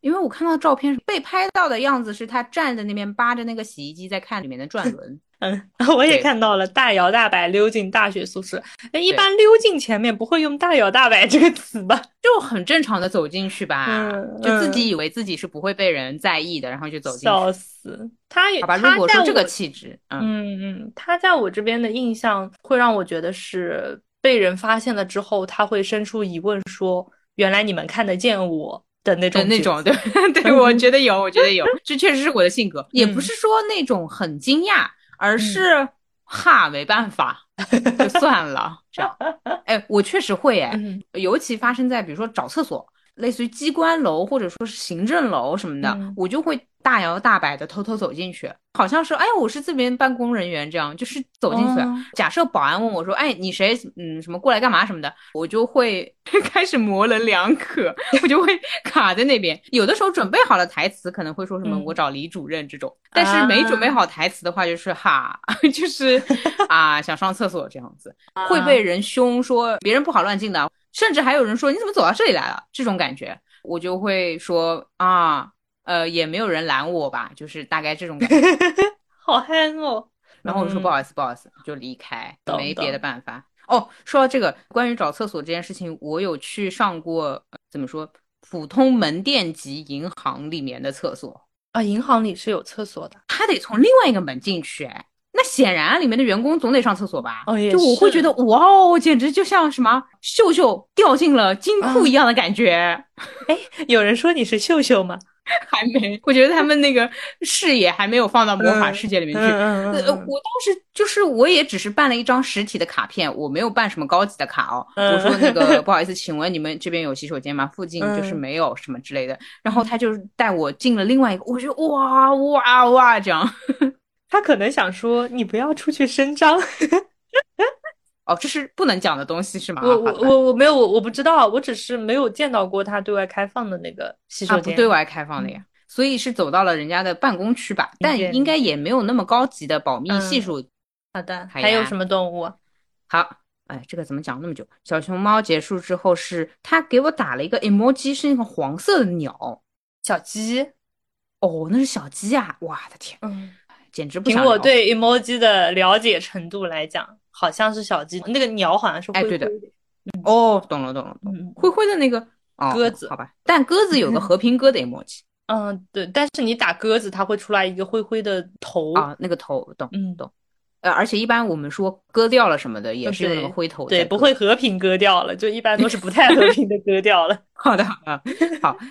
因为我看到照片被拍到的样子是它站在那边扒着那个洗衣机在看里面的转轮，
嗯， 我也
对
看到了，大摇大摆溜进大学宿舍。哎，一般溜进前面不会用“大摇大摆”这个词吧？
就很正常的走进去吧，
嗯
就自己以为自己是不会被人在意的，然后就走进去，
笑死，他也
好吧？如
他
果
在
说这
我
个气质，嗯，
嗯嗯，他在我这边的印象会让我觉得是被人发现了之后，他会伸出疑问说：“原来你们看得见我的那
就
种
那
角
种，
色
对 对，我觉得有，我觉得有，这确实是我的性格，也不
嗯
是说那种很惊讶，而是哈没办法，就算了，这样。哎，我确实会哎，
嗯
尤其发生在比如说找厕所，类似于机关楼或者说是行政楼什么的，
嗯
我就会大摇大摆的偷偷走进去，好像是哎我是这边办公人员这样，就是走进去。
哦
假设保安问我说，哎你谁嗯什么过来干嘛什么的，我就会 开始模棱两可，我 就会卡在那边。有的时候准备好了台词，可能会说什么
嗯啊
我找李主任这种，但是没准备好台词的话，就是哈， 就是啊想上厕所这样子。会
嗯
被人凶，说别人不好乱进的，甚至还有人说你怎么走到这里来了，这种感觉，我就会说啊，呃，也没有人拦我吧，就是大概这种感觉。
好憨哦。
然后我就说
嗯
不好意思，不好意思，就离开，
懂
没别的办法。哦，说到这个，关于找厕所这件事情，我有去上过，呃怎么说，普通门店及银行里面的厕所，
啊，银行里是有厕所的。
他得从另外一个门进去，哎，那显然啊里面的员工总得上厕所吧？
哦也
就我会觉
是
得哇哦，简直就像什么秀秀掉进了金
啊
库一样的感觉，
有人说你是秀秀吗？
还没，我觉得他们那个视野还没有放到魔法
嗯
世界里面去。
嗯
呃，我当时就是我也只是办了一张实体的卡片，我没有办什么高级的卡哦。
嗯
我说 那个不好意思，请问你们这边有洗手间吗？附近就是
嗯
没有什么之类的。然后他就是带我进了另外一个，我就哇哇哇这样。啊
他可能想说你不要出去声张。
哦，这是不能讲的东西是吗？
我我
好的
我我没有我我不知道，我只是没有见到过它对外开放的那个洗
啊，
手
不
间。
对外开放
嗯
的呀，所以是走到了人家的办公区吧，但
对
应该也没有那么高级的保密系数。
嗯好的，
海
还有
牙
什么动物？啊
好，哎，这个怎么讲那么久？小熊猫结束之后是，它给我打了一个 emoji，是那个黄色的鸟。
小鸡。
哦，那是小鸡啊！哇，我的天，
嗯，
简直不
凭
想
我
聊
对 emoji 的了解程度来讲，好像是小鸡，那个鸟好像是
哎
灰
对的
灰的
哦，懂了懂了，懂了
嗯
灰灰的那个哦，
鸽子
好吧，但鸽 子有个
嗯
和平鸽的 emoji
嗯，对，但是你打鸽子，它会出来一个灰灰的头。
啊，那个头懂
嗯，
懂，呃，而且一般我们说割掉了什么的，也
嗯
是用那个
对
灰头
对，
在
不
割
会和平割掉了，就一般都是不太和平的割掉了。
好的，好的，好，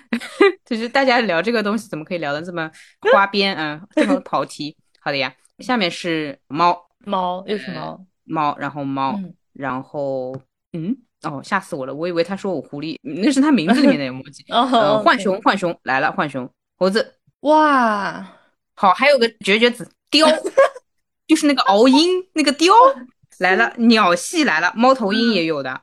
就是大家聊这个东西，怎么可以聊得这么花边啊，这么跑题？好的呀，下面是猫，
猫又是猫，
猫，然后猫，
嗯，
然后嗯，哦，吓死我了，我以为他说我狐狸，嗯那是他名字里面的 emoji。呃，
哦，
浣熊，浣熊来了，浣熊，猴子，
哇，
好，还有个绝绝子， 雕，就是那个熬鹰，那个雕
哦
来了，鸟系来了，猫头鹰也有的。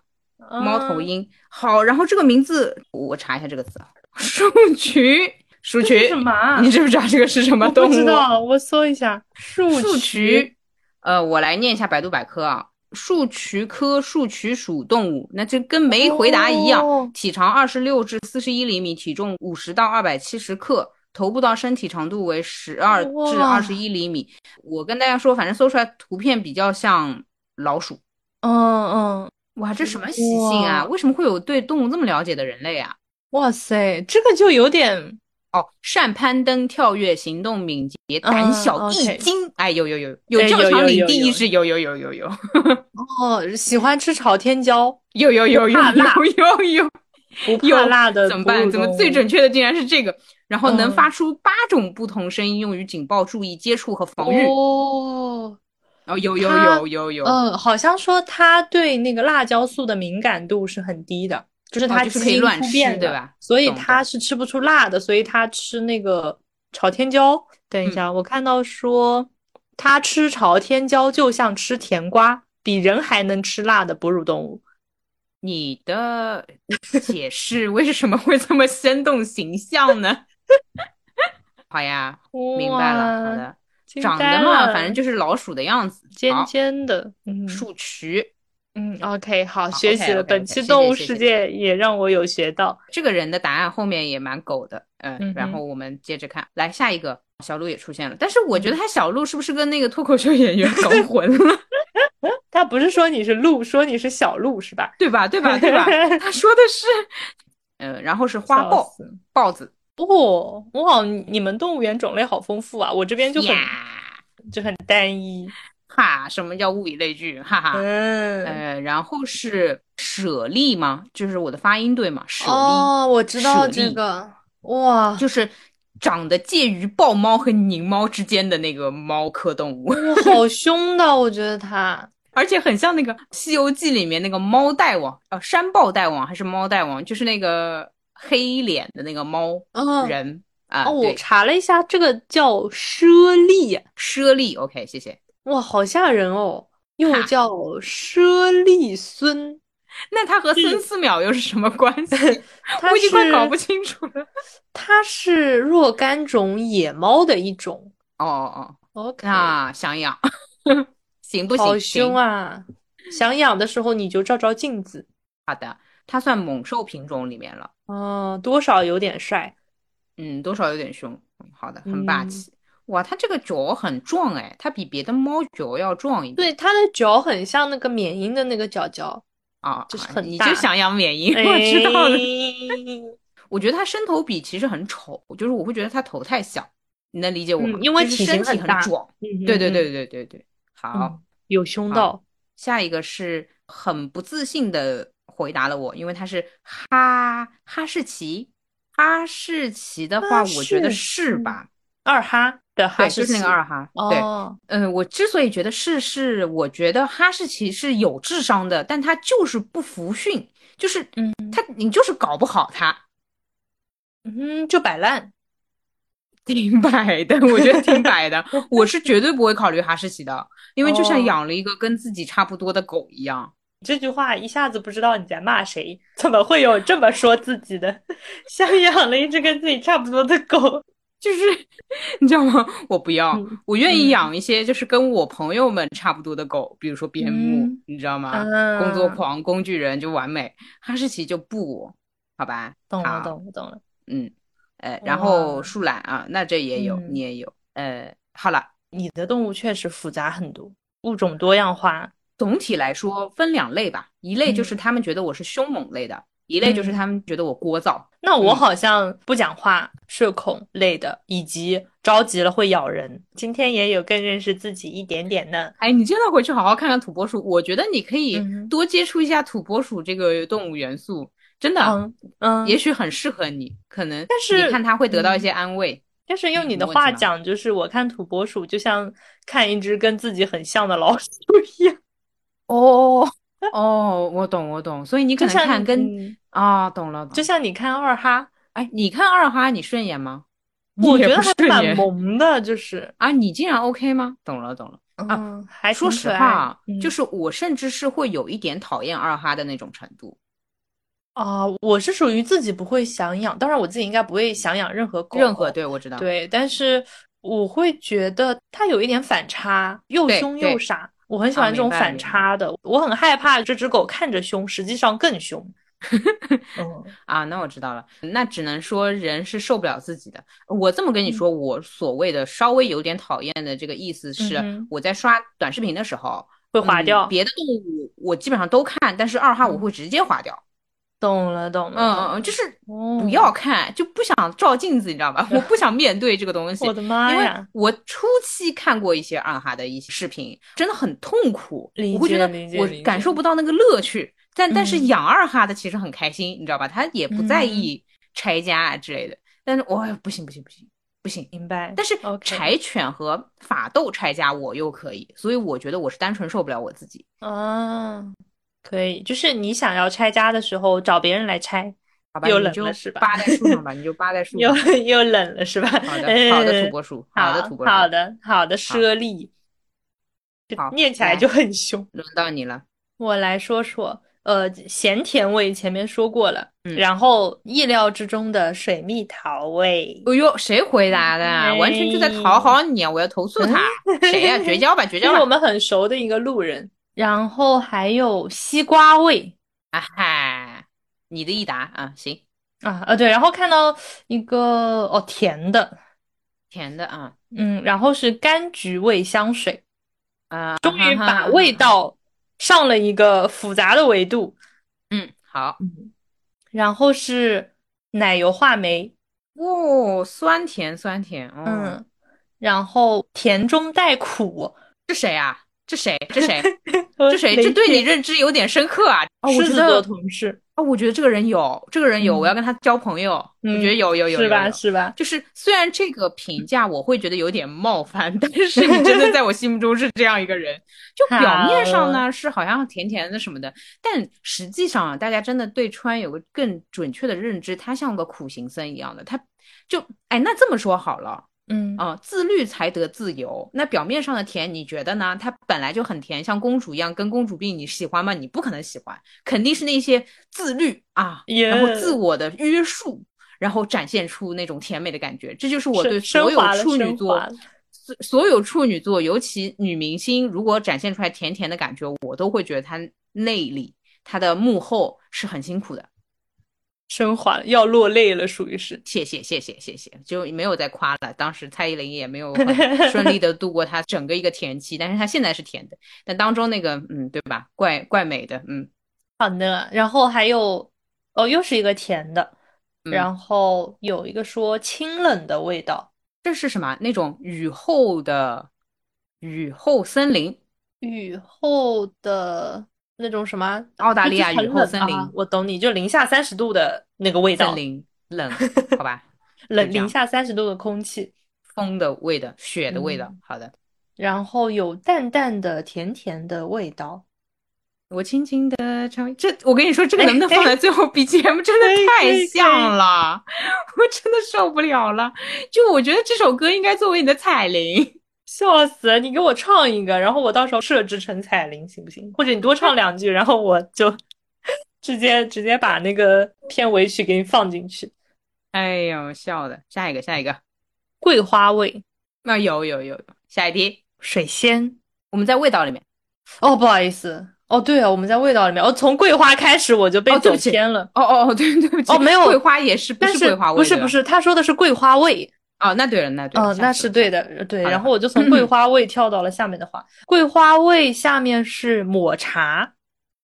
猫头
嗯
鹰。好，然后这个名字我查一下这个词啊， 鼠渠，鼠
这是
渠
什，么啊？
你知不知道这个是什么
我
动
不
物？
知道，我搜一下树
树
渠
渠，呃，我来念一下百度百科啊。树渠科树渠属动物，那就跟没回答一样，
哦
体长二十六至四十一厘米，体重五十到二百七十克，头部到身体长度为十二至
哇
二十一厘米。我跟大家说，反正搜出来图片比较像老鼠。
嗯嗯，
哇，这什么习性啊？
哇
为什么会有对动物这么了解的人类啊？
哇塞，这个就有点，
哦，善攀登、跳跃、行动敏捷、
嗯
胆小、
，OK
易惊。哎，有有有有
哎
较
有
强
有
领
有
地
有
意识，有有有有有
哦，喜欢吃朝天椒，
有有有有
怕辣
有有有，
不怕
有
辣的
怎么
哺乳
办？怎么
动
最
物
准确的竟然是这个？然后能
嗯
发出八种不同声音，用于警报、注意、接触和防御。
哦，
哦，有有
它
有有有，
嗯，好像说它对那个辣椒素的敏感度是很低的，就是它
哦就是
基
可以
因
乱
突
吃
变
对
的
吧
所以
懂
它
懂
是吃不出辣的，所以它吃那个朝天椒。等一
嗯
下，我看到说它吃朝天椒就像吃甜瓜，比人还能吃辣的哺乳动物。
你的解释为什么会这么生动形象呢？ 好呀，明白了，好
哇，
的。
惊
长
呆
得嘛，
了
反正就是老鼠的样子，
尖
好
尖的，嗯
树渠。
嗯，OK，好，学习了。
OK，OK，OK，
本
谢
期
谢
动物
谢
世
谢
界也让我有学到。
这个人的答案后面也蛮狗的，嗯，
嗯哼
然后我们接着看，来下一个，小鹿也出现了，但是
嗯
我觉得他小鹿是不是跟那个脱口秀演员搞混 了，
他不是说你是鹿，说你是小鹿是吧？
对吧？对吧？对吧？ 他说的是，嗯，然后是花
笑
豹，
死
豹子
哦，哇，你你们动物园种类好丰富啊！我这边就很
呀，
就很单一。
哈，什么叫物以类聚，哈哈，
嗯，
呃，然后是舍利吗？就是我的发音对吗？舍利。
哦，我知道
舍
这
利
个，哇
就是长得介于豹猫和狞猫之间的那个猫科动物，
哇，好凶的，我觉得它。
而且很像那个《西游记》里面那个猫大王，呃，山豹大王还是猫大王，就是那个黑脸的那个猫
嗯，
人啊、
哦，我
对，
查了一下，这个叫猞猁，
猞猁，OK，谢谢。
哇，好吓人哦，又
哈
叫猞猁孙，
那它和孙思邈又是什么关 系？
它
我已经快搞
是
不清楚了。
它是若干种野猫的一种。
哦哦，
OK，
那想 养行不行？
好
行
凶啊！想养的时候你就照照镜子，
它算猛兽品种里面了。
嗯，多少有点帅，
嗯，多少有点凶。嗯好的，很霸
嗯
气。哇，它这个脚很壮哎，它比别的猫脚要壮一点
对，它的脚很像那个缅因的那个脚脚，
啊。
就是
啊
很
你
大
就想养缅因，我知道了。
哎
我觉得它伸头比其实很丑，就是我会觉得它头太小，你能理解我吗？
嗯因为
就是
体型
身体
很大
壮。
嗯
对对
嗯
对对对对。好
嗯，，有凶到，
下一个是很不自信的回答了我，因为它是哈哈士奇。哈士奇的话，
哈
我觉得
士
是
奇
吧？
二哈的哈
对，
士
就是那
奇
个二哈。对。
哦，
嗯，我之所以觉得是，是我觉得哈士奇是有智商的，但他就是不服训，就是
嗯
他你就是搞不好他，
嗯，就摆烂，
挺摆的，我觉得挺摆的。我是绝对不会考虑哈士奇的，因为就
哦
像养了一个跟自己差不多的狗一样。
这句话一下子不知道你在骂谁，怎么会有这么说自己的？ 像养了一只跟自己差不多的狗，
就是 你知道吗？我不要，
嗯
我愿意
嗯
养一些就是跟我朋友们差不多的狗，比如说边牧，
嗯
你知道吗？
啊
工作狂、工具人就完美，哈士奇就不，好吧？
懂了
好
懂了懂了。
嗯，呃，然后
哇
树懒啊，那这也有，
嗯
你也有，呃，好了。
你的动物确实复杂很多，物种多样化。
总体来说分两类吧，一类就是他们觉得我是凶猛类的，一类就是
嗯
他们觉得我聒噪。
那我
嗯
好像不讲话、社恐类的，以及着急了会咬人。今天也有更认识自己一点点呢。
哎，你真的回去好好看看土拨鼠，我觉得你可以
嗯哼
多接触一下土拨鼠这个动物元素，真的，
嗯嗯，
也许很适合你，可能
但是
你看它会得到一些安慰。
但是用
嗯
你
没
的
问
话
题吧
讲，就是我看土拨鼠就像看一只跟自己很像的老鼠一样，
哦 哦，我懂我懂，所以你可
就
能
像
看跟
嗯
啊、懂了，
就像你看二哈，
哎，你看二哈你顺眼吗？你
我
也
觉得
不
还
顺
蛮
眼
萌的，就是
啊，你竟然 OK 吗？懂了懂了。
嗯，还
说
挺
实
可
话
爱
啊，
嗯
就是我甚至是会有一点讨厌二哈的那种程度，
啊，我是属于自己不会想养，当然我自己应该不会想养任何狗，
任哦何对我知道，
对，但是我会觉得它有一点反差，又
对
凶又
对
傻，我很喜
啊
欢这种
明白
反
明白
差的，我很害怕这只狗看着凶，实际上更 凶。嗯，
啊，那我知道了，那只能说人是受不了自己的。我这么
嗯
跟你说，我所谓的稍微有点讨厌的这个意思是
嗯哼，
我在刷短视频的时候
会划
嗯
掉。嗯
别的动物我基本上都看，但是二哈我会直接划掉。
懂了，懂了，
嗯
懂
嗯
了
嗯，就是
哦
不要看，就不想照镜子，你知道吧？我不想面对这个东西。
我的妈
因为
呀！
我初期看过一些二哈的一些视频，真的很痛苦，
理
我会觉
解
得
理解
我
理
感
解
受不到那个乐趣。但但是
嗯
养二哈的其实很开心，你知道吧？他也不在意拆家啊之类的。但是我、哎、不行不行不行不行，
明白。
但是
OK，
柴犬和法斗拆家我又可以，所以我觉得我是单纯受不了我自己。
啊，可以，就是你想要拆家的时候找别人来拆，
好吧，
又
你
冷
就
了是吧
扒在树上吧，你就扒在树
又
上。
又冷了是吧？
好的，好的，
嗯
土拨鼠，
好
的，土拨鼠，
好的，好的，猞猁，就
好
念起来
来
就很凶。
轮到你了。
我来说说，呃，咸甜味前面说过了，
嗯
然后意料之中的水蜜桃味，
哎呦，谁回答的啊？完全就在讨
哎
好你啊！我要投诉他， 谁呀、绝交吧，绝
这
交
是我
吧！
们很熟的一个路人。然后还有西瓜味。
啊哈，你的一答啊，行，
啊啊对，然后看到一个哦甜的，
甜的啊
嗯，然后是柑橘味香水，
啊，
终于
哈哈
把味，道上了一个复杂的维度，
嗯，好
然后是奶油话梅，
哦，酸甜酸甜，哦，
嗯，然后甜中带苦，
这谁啊？这谁？这谁？这 谁？
雷
这对你
电
认知有点深刻啊！呃哦，我
狮
觉
子座
得，
同事
哦，我觉得这个人有，这个人有，
嗯
我要跟他交朋友。我觉得有有有，
是
有
吧？
有
是吧？
嗯就是虽然这个评价我会觉得有点冒犯， 但是你真的在我心目中是这样一个人。就表面上呢是好像甜甜的什么的，但实际上啊，大家真的对川有个更准确的认知，他像个苦行僧一样的，他就哎，那这么说好了。
嗯
啊、自律才得自由。那表面上的甜，你觉得呢？它本来就很甜，像公主一样，跟公主病，你喜欢吗？你不可能喜欢，肯定是那些自律啊，然后
Yeah
自我的约束，然后展现出那种甜美的感觉。这就是我
升
对所
升
有
华了
处女
升
座
华了，
所所有处女座，尤其女明星，如果展现出来甜甜的感觉，我都会觉得她内里，她的幕后是很辛苦的。
升华了，要落泪了，属于是。
谢谢谢谢谢谢，就没有再夸了。当时蔡依林也没 有很顺利的度过她整个一个甜期，但是她现在是甜的。但当中那个，嗯，对吧？怪怪美的，嗯，
好的，然后还有，哦，又是一个甜的，
嗯
然后有一个说清冷的味道，
这是什么？那种雨后的雨后森林，
雨后的那种什么，
澳大利亚
就是很
雨后
冷
森林
啊我懂你，就零下三十度的那个味道，
森 林冷，好吧？
冷
就这样
零下三十度的空气，
风的味道，雪的味道
嗯，
好的。
然后有淡淡的甜甜的味道，
我轻轻的唱，这我跟你说，这
哎
个能不能放在最后 BGM？真的太像了， 我真的受不了了。就我觉得这首歌应该作为你的彩铃，
笑死！你给我唱一个，然后我到时候设置成彩铃，行不行？或者你多唱两句，然后我就 直接直接把那个片尾曲给你放进去。
哎呦，笑的！下一个，下一个，
桂花味，
那、啊、有有有有。下一题，
水仙。
我们在味道里面。
哦，不好意思。哦，对啊，我们在味道里面。哦，从桂花开始我就被走偏了。
哦哦哦，对对不起。
哦，没有，
桂花也是，不
是
桂花味。
不是不是，他说的是桂花味。
哦，那对了，那对了。
哦，那是对的，对。然后我就从桂花味跳到了下面的花。嗯、桂花味下面是抹茶。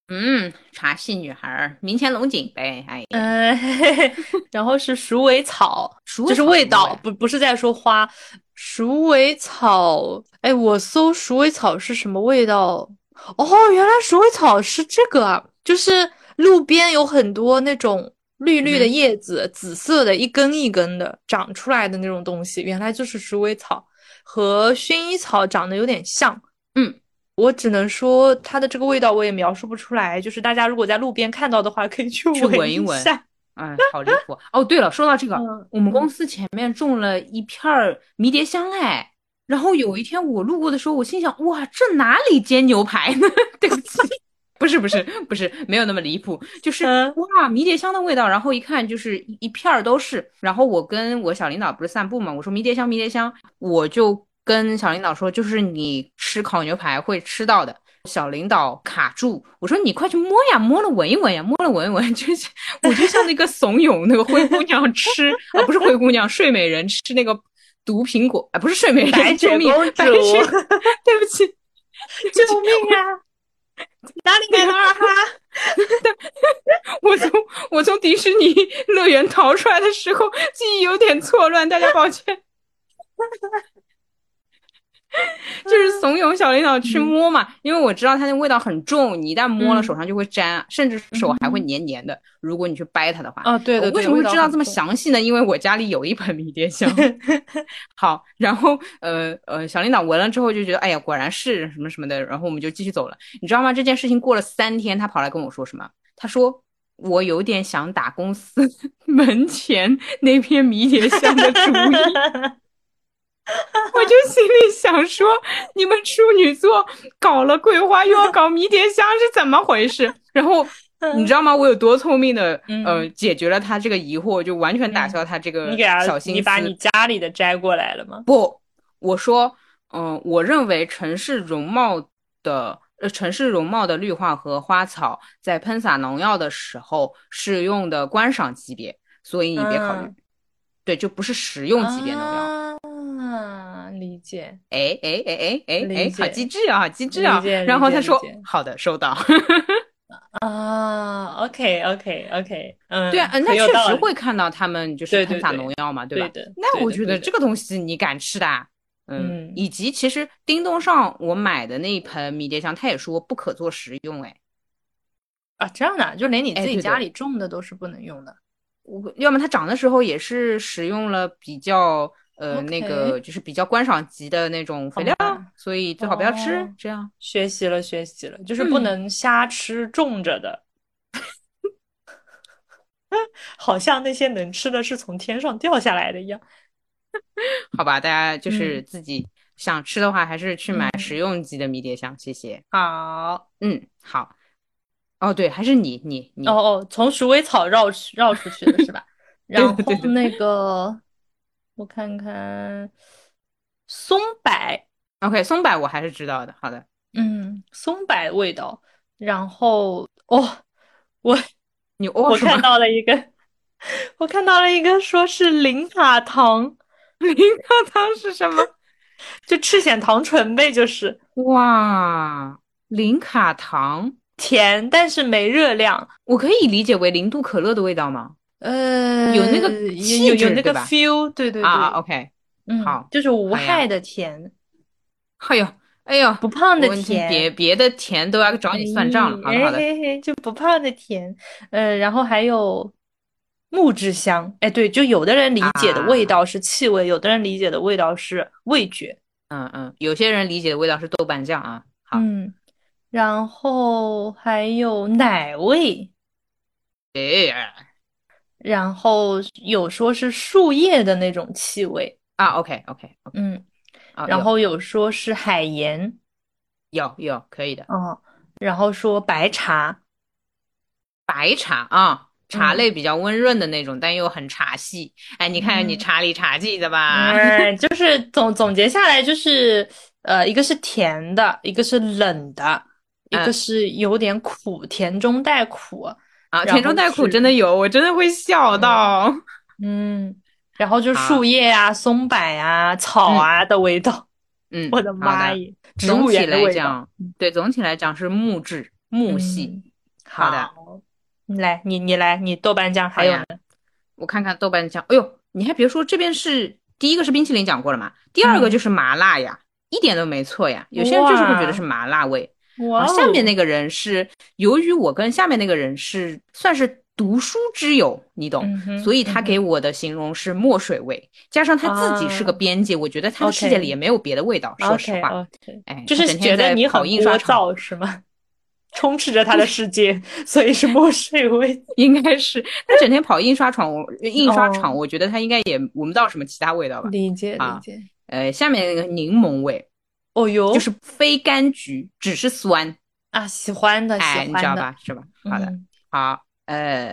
嗯，茶系女孩，明前龙井呗，哎，
嗯、呃， 然后是鼠尾草，
鼠
就是味
哎
道，不不是在说花，鼠尾草，哎，我搜鼠尾草是什么味道？哦，原来鼠尾草是这个啊，就是路边有很多那种绿绿的叶子，嗯、紫色的，一根一根的长出来的那种东西，原来就是鼠尾草，和薰衣草长得有点像，
嗯。
我只能说它的这个味道我也描述不出来，就是大家如果在路边看到的话，可以去
闻
一
闻。嗯，好离谱。哦，对了，说到这个， 嗯、我们公司前面种了一片迷迭香，哎，然后有一天我路过的时候，我心想，哇，这哪里煎牛排呢？ 对不起，不是不是不是，没有那么离谱，就是哇，迷迭香的味道，然后一看就是一一片都是。然后我跟我小领导不是散步嘛，我说迷迭香，迷迭香，我就。跟小领导说，就是你吃烤牛排会吃到的。小领导卡住，我说你快去摸呀，摸了闻一闻呀，摸了闻一闻， 就是我就像那个怂恿那个灰姑娘吃啊，不是灰姑娘，睡美人吃那个毒苹果啊，不是睡美人，
白雪
公
主，
白雪，对不起，
救命啊！哪里来的二哈？
我从我从迪士尼乐园逃出来的时候，记忆有点错乱，大家抱歉。 就是怂恿小领导去摸嘛，嗯、因为我知道它那味道很重，你一旦摸了手上就会粘，嗯、甚至手还会黏黏的。嗯、如果你去掰它的话，
啊、哦，对的，
我为什么会知道这么详细呢？因为我家里有一盆迷 迭香。好，然后呃呃，小领导闻了之后就觉得，哎呀，果然是什么什么的，然后我们就继续走了。你知道吗？这件事情过了三天，他跑来跟我说什么？他说我有点想打公司门前那片迷迭香的主 意。我就心里想说，你们处女座搞了桂花，又要搞迷迭香，是怎么回事？然后你知道吗？我有多聪 明的，
嗯
呃，解决了他这个疑惑，就完全打消他这个小心思。
你把你家里的摘过来了吗？
不，我说，嗯、呃，我认为城市容貌的。呃，城市容貌的绿化和花草在喷洒农药的时候是用的观赏级别，所以你别考虑。
嗯、
对，就不是食用级别农药。啊
啊，理解。”
哎哎哎哎哎哎，好机智啊，好机智啊！然后他说：“好的，收到。
啊，OK OK OK，嗯，
对啊，那确实会看到他们就是喷洒农药嘛，
对
吧？
对
那我觉得这个东西你敢吃的、啊，嗯，以及其实叮咚上我买的那一盆迷迭香，他也说不可做食用，哎，
啊，这样的、啊，就连你自己家里种的都是不能用的。
我要么它长的时候也是使用了比较。呃，那个就是比较观赏级的那种肥料，所以最好不要吃。
哦、
这样
学习了，学习了，
嗯
就是不能瞎吃种着的。 嗯、好像那些能吃的是从天上掉下来的一样。
好吧，大家
嗯
就是自己想吃的话，还是去买食用级的迷迭香。嗯、谢谢。
好，
嗯，好。哦，对，还是你，你，你。
哦哦，从鼠尾草绕去绕出去的是 吧？然后那个。我看看，松柏
，OK，松柏我还是知道的。好的，
嗯，松柏味道。然后哦，我
你哦
我看到了一个， 我看到了一个，说是零卡糖，
零卡糖是什么？
就赤藓糖醇呗，就是
哇，零卡糖
甜，但是没热量。
我可以理解为零度可乐的味道吗？
呃，
有那个
有有那个 feel，对对对
啊，OK，
嗯，
好，
就是无害的甜。
哎呦，哎呦，
不胖的甜，
别别的甜都要找你算账了。好
哎
啊的好的，
就不胖的甜。呃，然后还有木质香，哎，对，就有的人理解的
啊
味道是气味，有的人理解的味道是味觉。
嗯嗯，有些人理解的味道是豆瓣酱啊。好，
嗯，然后还有奶味，
哎
然后有说是树叶的那种气味，
啊，OK OK，
嗯，
啊，
然
有
后有说是海盐，
有有可以的，
嗯，然后说白茶，
白茶啊，茶
嗯
类比较温润的那种，但又很茶系。哎，你看你
嗯
茶里茶气的吧？
嗯，就是总总结下来就是，呃，一个是甜的，一个是冷的，一个
嗯
是有点苦，甜中带苦，
啊，
然
甜中
后
带苦
是
真的有，我真的会笑
嗯
到。
嗯，然后就
好
树叶啊、松柏啊、草
嗯
啊的味道，
嗯，
我的
好
妈
的
耶，植
总
物
体
园的
来
味道。
讲，对，总体来讲是木质木系。
嗯，
好的
好，你来，你你来，你豆瓣酱还有呢？
我看看豆瓣酱，哎呦，你还别说，这边是第一个是冰淇淋讲过了嘛，第二个
嗯
就是麻辣呀，一点都没错呀。有些人就是会觉得是麻辣味。
哇
啊，
哦，
下面那个人是，由于我跟下面那个人是算是读书之友，你懂，
嗯哼
所以他
嗯哼
给我的形容是墨水味，加上他自己是个
啊
编辑，我觉得他的世界
OK
里也没有别的味道。说实
OK
话，
OK，
哎，
就
他
是
整天
觉得
在
你很
跑印
聒
刷厂，
噪是吗？ 充斥着他的世界，所以是墨水 味。
应该是他整天跑印刷厂，我印刷
哦嗯
厂，我觉得他应该也闻不到什么其他味道吧。
理解
啊
理解。
呃，下面那个柠檬味，
哦哟，
就是非柑橘，只是酸，
啊，喜欢的
哎，
喜
你知道
欢的，
吧？是吧？好的，
嗯
好，呃，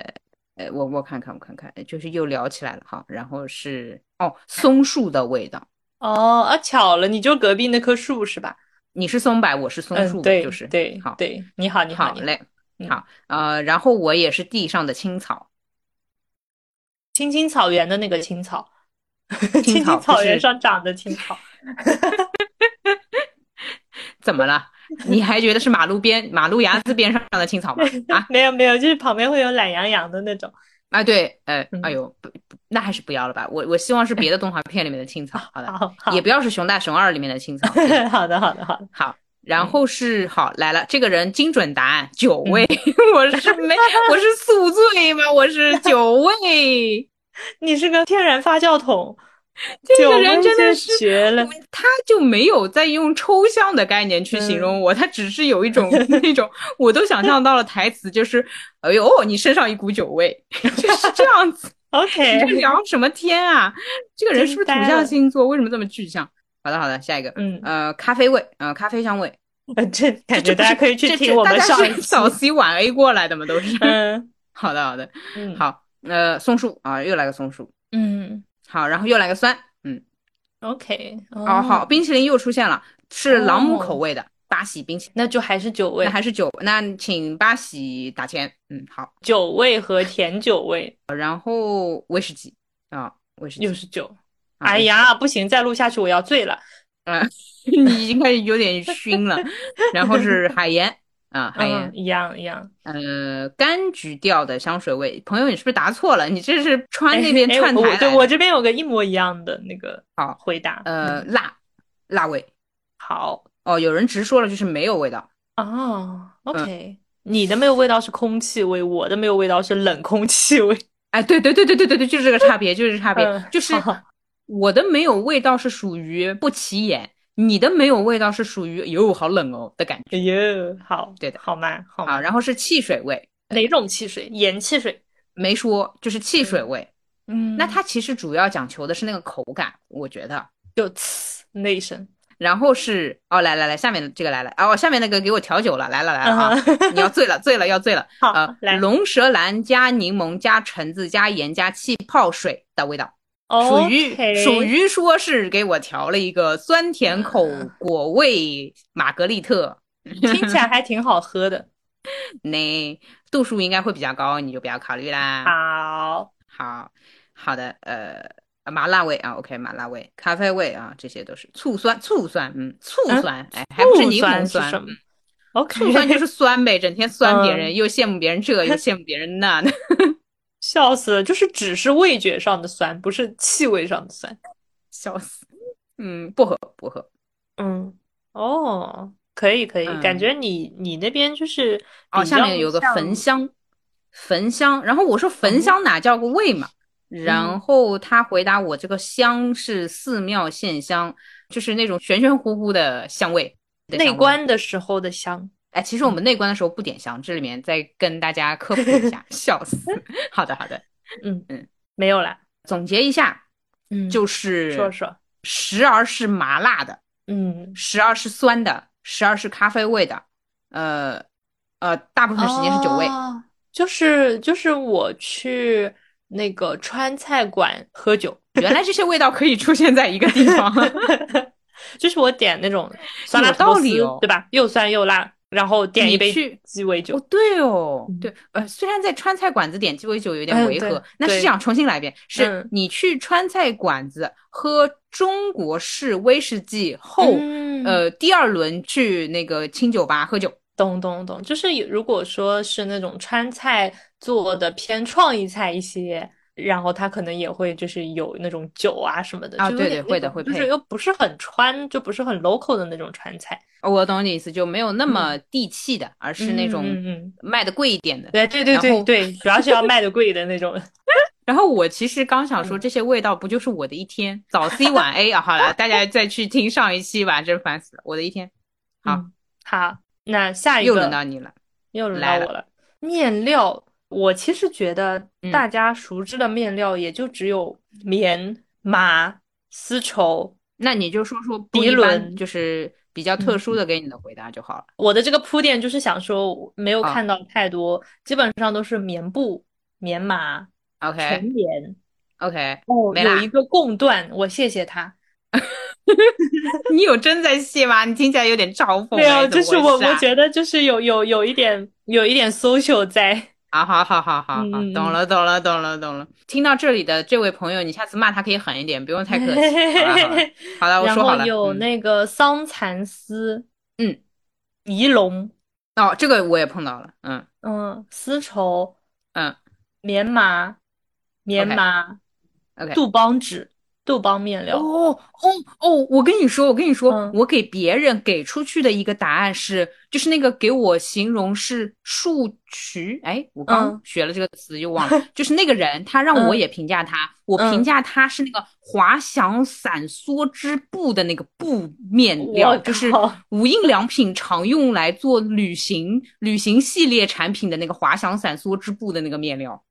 呃，我我看看，我看看，就是又聊起来了哈。然后是哦，松树的味道，
哦啊，巧了，你就隔壁那棵树是吧？
你是松柏，我是松
嗯，
树，
对
就是
对
好，
对，你好你好
好
你好，
嘞，
嗯
好，呃，然后我也是地上的青草，
青青草原的那个青草，青青
草不
草原
是
上长的青草。
怎么 了？你还觉得是马路边、马路牙子边上的青草吗？啊
没有没有，就是旁边会有懒洋洋的那种。
啊，对，呃，哎
嗯
呦，不不那还是不要了吧。我我希望是别的动画片里面的青草，好的。
啊好好，
也不要是《熊大熊二》里面的青草。对
好的好的好的，
好，
嗯
然后是好来了，这个人精准答案九位， 我是没，我是宿醉吗？我 是九位，
你是个天然发酵桶，
这个
九
人
妹
真的
真
是
绝了。
他就没有在用抽象的概念去
嗯
形容我，他只是有一种那种，我都想象到了台词，就是哎呦，你身上一股酒味， 就是这样子。你这
OK，
聊什么天啊？这个人是不是土
惊呆
象
了
星座？为什么这么具象？好的，好的，下一个，
嗯，
呃，咖啡味，呃，咖啡香味。
呃这感觉
这不
大家
是
可以去
这
听
这
我
大
们
家
上一
是
期。
早 C 晚 A 过来的嘛，都是。
嗯
好的，好的，
嗯，，
好，呃，松树啊，又来个松树，
嗯
好，然后又来个酸，嗯，
，OK，
哦，好，，冰淇淋又出现了，是朗姆口
哦
味的巴西冰淇淋，
那就还是酒味
那，还是酒，那请巴西打钱，嗯，好，
酒味和甜酒味
然后威士忌啊，威士忌
又，是酒。
啊
哎，呀，不行，再录下去我要醉了。
威士忌 你已经开始有点熏了，然后是海盐啊，海盐
嗯，，一样一样。
呃，柑橘调的香水味，朋友，你是不是答错了？你这是川那边
哎哎
串台
我
来
对
的
我这边有个一模一样的那个
好
回答。
呃，
嗯，
辣辣味
好。
哦，有人直说了就是没有味道，
哦，OK，你
嗯
的没有味道是空气味，我的没有味道是冷空气味。
哎，对对对对对对对，就是这个差别，就是这个 差别，
嗯
就是
好
我的没有味道是属于不起眼，你的没有味道是属于哟好冷哦的感觉。
哎呦，好，
对的
好嘛，好
好，
嘛。
然后是汽水味，
哪种汽水？盐汽水。
没说，就是汽水
嗯
味。
嗯，
那它其实主要讲求的是那个口感，我觉得。
就呲那一声。
然后是哦，来来来，下面这个来了哦，下面那个给我调酒了，来了来了啊！
嗯
你要醉了，醉了，要醉了。
好
呃，
来
龙舌兰加柠檬加橙子加盐加气泡水的味道，属于
哦 OK
属于说是给我调了一个酸甜口
嗯
果味玛格丽特。
听起来还挺好喝 的。
那度数应该会比较高，你就不要考虑啦。啊
好，
好好的，呃，麻辣味啊，OK，麻辣味，咖啡味啊，这些都是醋酸，醋酸，嗯，醋
嗯
酸，哎，还不是
醋
柠
酸
檬
是
酸嗯
什，么？OK，
醋酸就是酸呗，整天酸别人，
嗯
又羡慕别人这，又羡慕别人那。
笑死了，就是只是味觉上的酸，不是气味上的酸。
笑死。嗯，薄荷，薄荷。
嗯，哦，可以可以，感
嗯
觉你你那边就是
哦，
比
下面
较
有个
像
焚香，焚香。然后我说焚香哪叫个味嘛？然
嗯
后他回答我这个香是寺庙献香，就是那种玄玄乎乎的香味的
内嗯
香味。
观的时候的香。
哎，其实我们内观的时候不点香，这里面再跟大家科普一下， 笑死。好的，好的，
嗯
嗯，
没有啦，
总结一下，
嗯，
就是
说说，
时而是麻辣的，
嗯，
时而是酸的，时而是咖啡味的，呃呃，大部分时间是酒味。
哦就是就是我去那个川菜馆喝酒，
原来这些味道可以出现在一个地方，
就是我点那种酸辣
有
土豆
道理
丝
哦
对吧？又酸又辣，然后点一
你
杯
去
鸡尾酒
哦，。对哦
嗯，
对，呃，虽然在川菜馆子点鸡尾酒有点
嗯
违
对
和，那是
对
这样，重新来一遍，是
嗯
你去川菜馆子喝中国式威士忌后，
嗯
呃，第二轮去那个清酒吧喝酒，
懂懂懂，就是有如果说是那种川菜做的偏创意菜一些，然后它可能也会就是有那种酒啊什么的，
啊
就有
对
点
对会的
那种
会
就是
配
又不是很川，就不是很 local 的那种川菜，
哦我懂你意思，就没有那么地气的，而是那种
嗯嗯嗯嗯，
卖的贵一点的。
对对对
然
对
后
对，主要是要卖的贵的那 种，
然后我其实刚想说，
嗯
这些味道不就是我的一天？早 C 晚 A 啊，好了，大家再去听上一期吧，真烦死了，我的一天。好
嗯，好，那下一
又
个
轮到你了，
又轮
来
到我了。面料，我其实觉得
嗯
大家熟知的面料也就只有棉、麻、丝绸。
那你就说说不
迪
一般
伦
就是比较
嗯
特殊的给你的回答就好了。
我的这个铺垫就是想说，我没有
啊
看到太多，基本上都是棉布、棉麻、纯
OK
棉。
OK，
哦
哎没
有
啦
一个贡缎，我谢谢他。
你有真在谢吗？你听起来有点嘲讽哎。
没有，
怎
就
么
是
回
我，
事啊
我觉得就是有有有一点有一点 social 在。
啊，好好好好好，
嗯嗯嗯
懂了懂了懂了懂了。听到这里的这位朋友，你下次骂他可以狠一点，不用太客气。好了好了好了，我
然
说
后
好了。
有
嗯
那个桑蚕丝，
嗯，
仪绒，
哦，这个我也碰到了，嗯
嗯，丝绸，
嗯
棉麻，棉
OK
麻，
，OK。
杜邦纸，杜邦面料。
哦哦哦！我跟你说，我跟你说，
嗯
我给别人给出去的一个答案是，就是那个给我形容是树渠，哎，我刚
嗯
学了这个词又 忘了，就是那个人，他让我
嗯
也评价他，我
嗯
评价他是那个滑翔伞梭织布的那个布面料，
我
就是
靠
无印良品常用来做旅行旅行系列产品的那个滑翔伞梭织布的那个面料，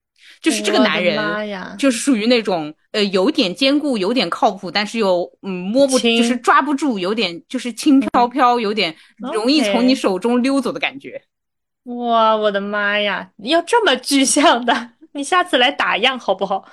就是这个
我
男
的
人。
妈呀！
就是属于那种呃有点坚固、有点靠谱，但是又嗯摸不
轻嗯
就是抓不住，有点就是轻飘飘，有点容易从
OK
你手中溜走的感觉。
哇，我的妈呀！你要这么具象的，你下次来打样好不好？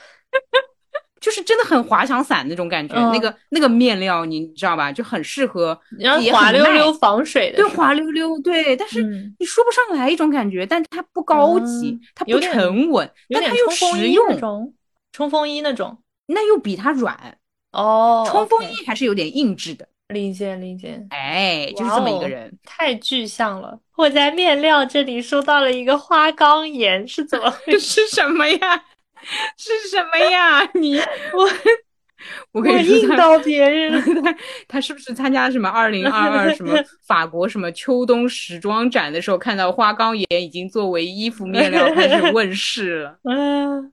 就是真的很滑翔伞那种感觉，
嗯
那个那个面料你知道吧？就很适合，
然后
也
滑
很
溜
耐
溜防水的
对，
是吧
滑溜溜，对。但是
嗯
你说不上来一种感觉，但它不高级，
嗯
它
有
不
点
沉稳，
有
但
点
它又
冲锋
实
衣那
用，
种，冲锋衣那种。
那又比它软。
哦
冲锋
OK，
衣还是有点硬质的，
理解理解。
哎，就是这么一
哇哦
个人。
太具象了。我在面料这里收到了一个花岗岩，是怎么回
这
事？
是什么呀？ 是什么呀？ 你
我
我
我
跟你
硬
说他，
到别人。
他 他是不是参加什么二零二二什么 法国什么秋冬时装展的时候，看到花岗岩已经作为衣服面料开始问世了？
嗯，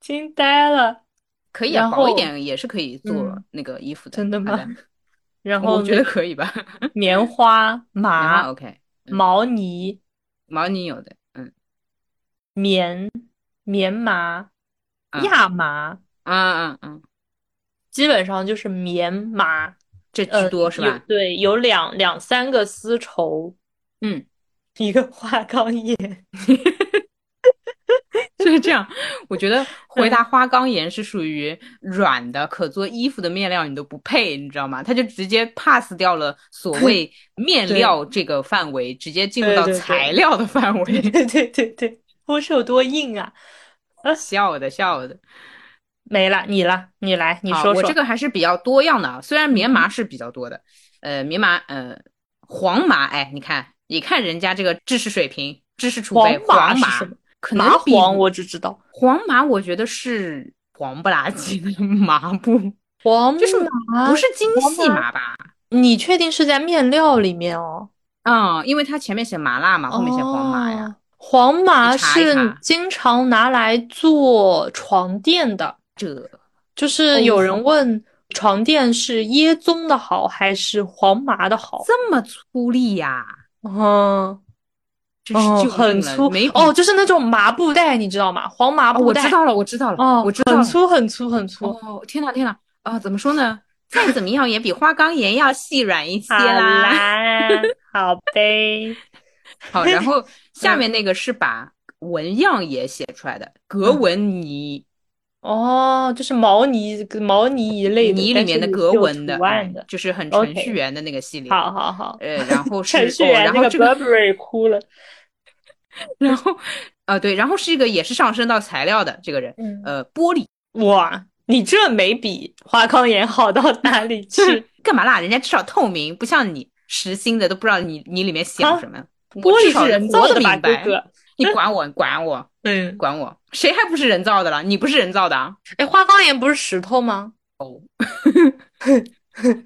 惊呆了。
可以啊，
然
薄一
后
点也是可以做
嗯
那个衣服的。
真的吗
好的？
然后
我觉
那
得
个
可以吧。
棉花、
然后
麻、
OK，
毛呢、
毛呢有的，嗯
棉、棉麻、
嗯
亚麻，
啊啊啊，
基本上就是棉麻。
这
呃，
居多是
有
吧？
对，有两两三个丝绸，
嗯，
一个花岗岩。
就是这样，我觉得
嗯
回答花岗岩是属于软的，可做衣服的面料，你都不配，你知道吗？他就直接 pass 掉了所谓面料这个范围，直接进入到
对对对
材料的范围。
对对对对，我是有多硬啊！
笑的笑的，
没了，你了，你来，你
好，
说
我
说。嗯
这个还是比较多样的啊，虽然棉麻是比较多的，呃，棉麻，呃，黄麻，哎，你看，你看人家这个知识水平、知识储备，
麻
黄
是
麻
什么？
可能
麻
比
黄我只知道，
黄麻，我觉得是黄不拉几的 麻布。
黄
就是
麻
不是精
黄
细
麻
麻吧？
你确定是在面料里面哦？
嗯，因为它前面写麻辣嘛，后面写黄麻呀。
哦，黄麻
你查一
是
查
经常拿来做床垫的，
这
就是
哦
有人问床垫是 椰棕的好还是黄麻的好？
这么粗粝呀、
嗯，
就是就
很粗
眉笔
哦，就是那种麻布袋，你知道吗？黄麻
啊，
布
我
袋，
知道了，我知道了，
哦，
我知道了
很。粗很粗很粗。
哦，天哪，天哪，啊，怎么说呢？ 再怎么样也比花岗岩要细软一些
好
啦。
啦， 好 呗。
好，然后下面那个是把纹样也写出
嗯
来的，格纹泥。
哦，就是毛呢毛呢一类的，
泥里
但
面
是
的
有
格
有
纹的，
图案
嗯
的。
就是很
OK
程序员的那个系列。
好好好，
呃，然后 是
程序
哦，
员
然
那
后
个
这个，
Burberry 哭了。
然后啊，对，然后是一个也是上升到材料的这个人，
嗯，
呃，玻璃
哇，你这没比花岗岩好到哪 里去？
干嘛啦？人家至少透明，不像你实心的都不知道你你里面想
啊
什么。我
玻
至
璃
少
是人
活
造
得
的吧，
明白
哥哥？
你管我，你管我，
嗯，
管我，谁还不是人造的了？你不是人造的啊？
哎，花岗岩不是石头吗？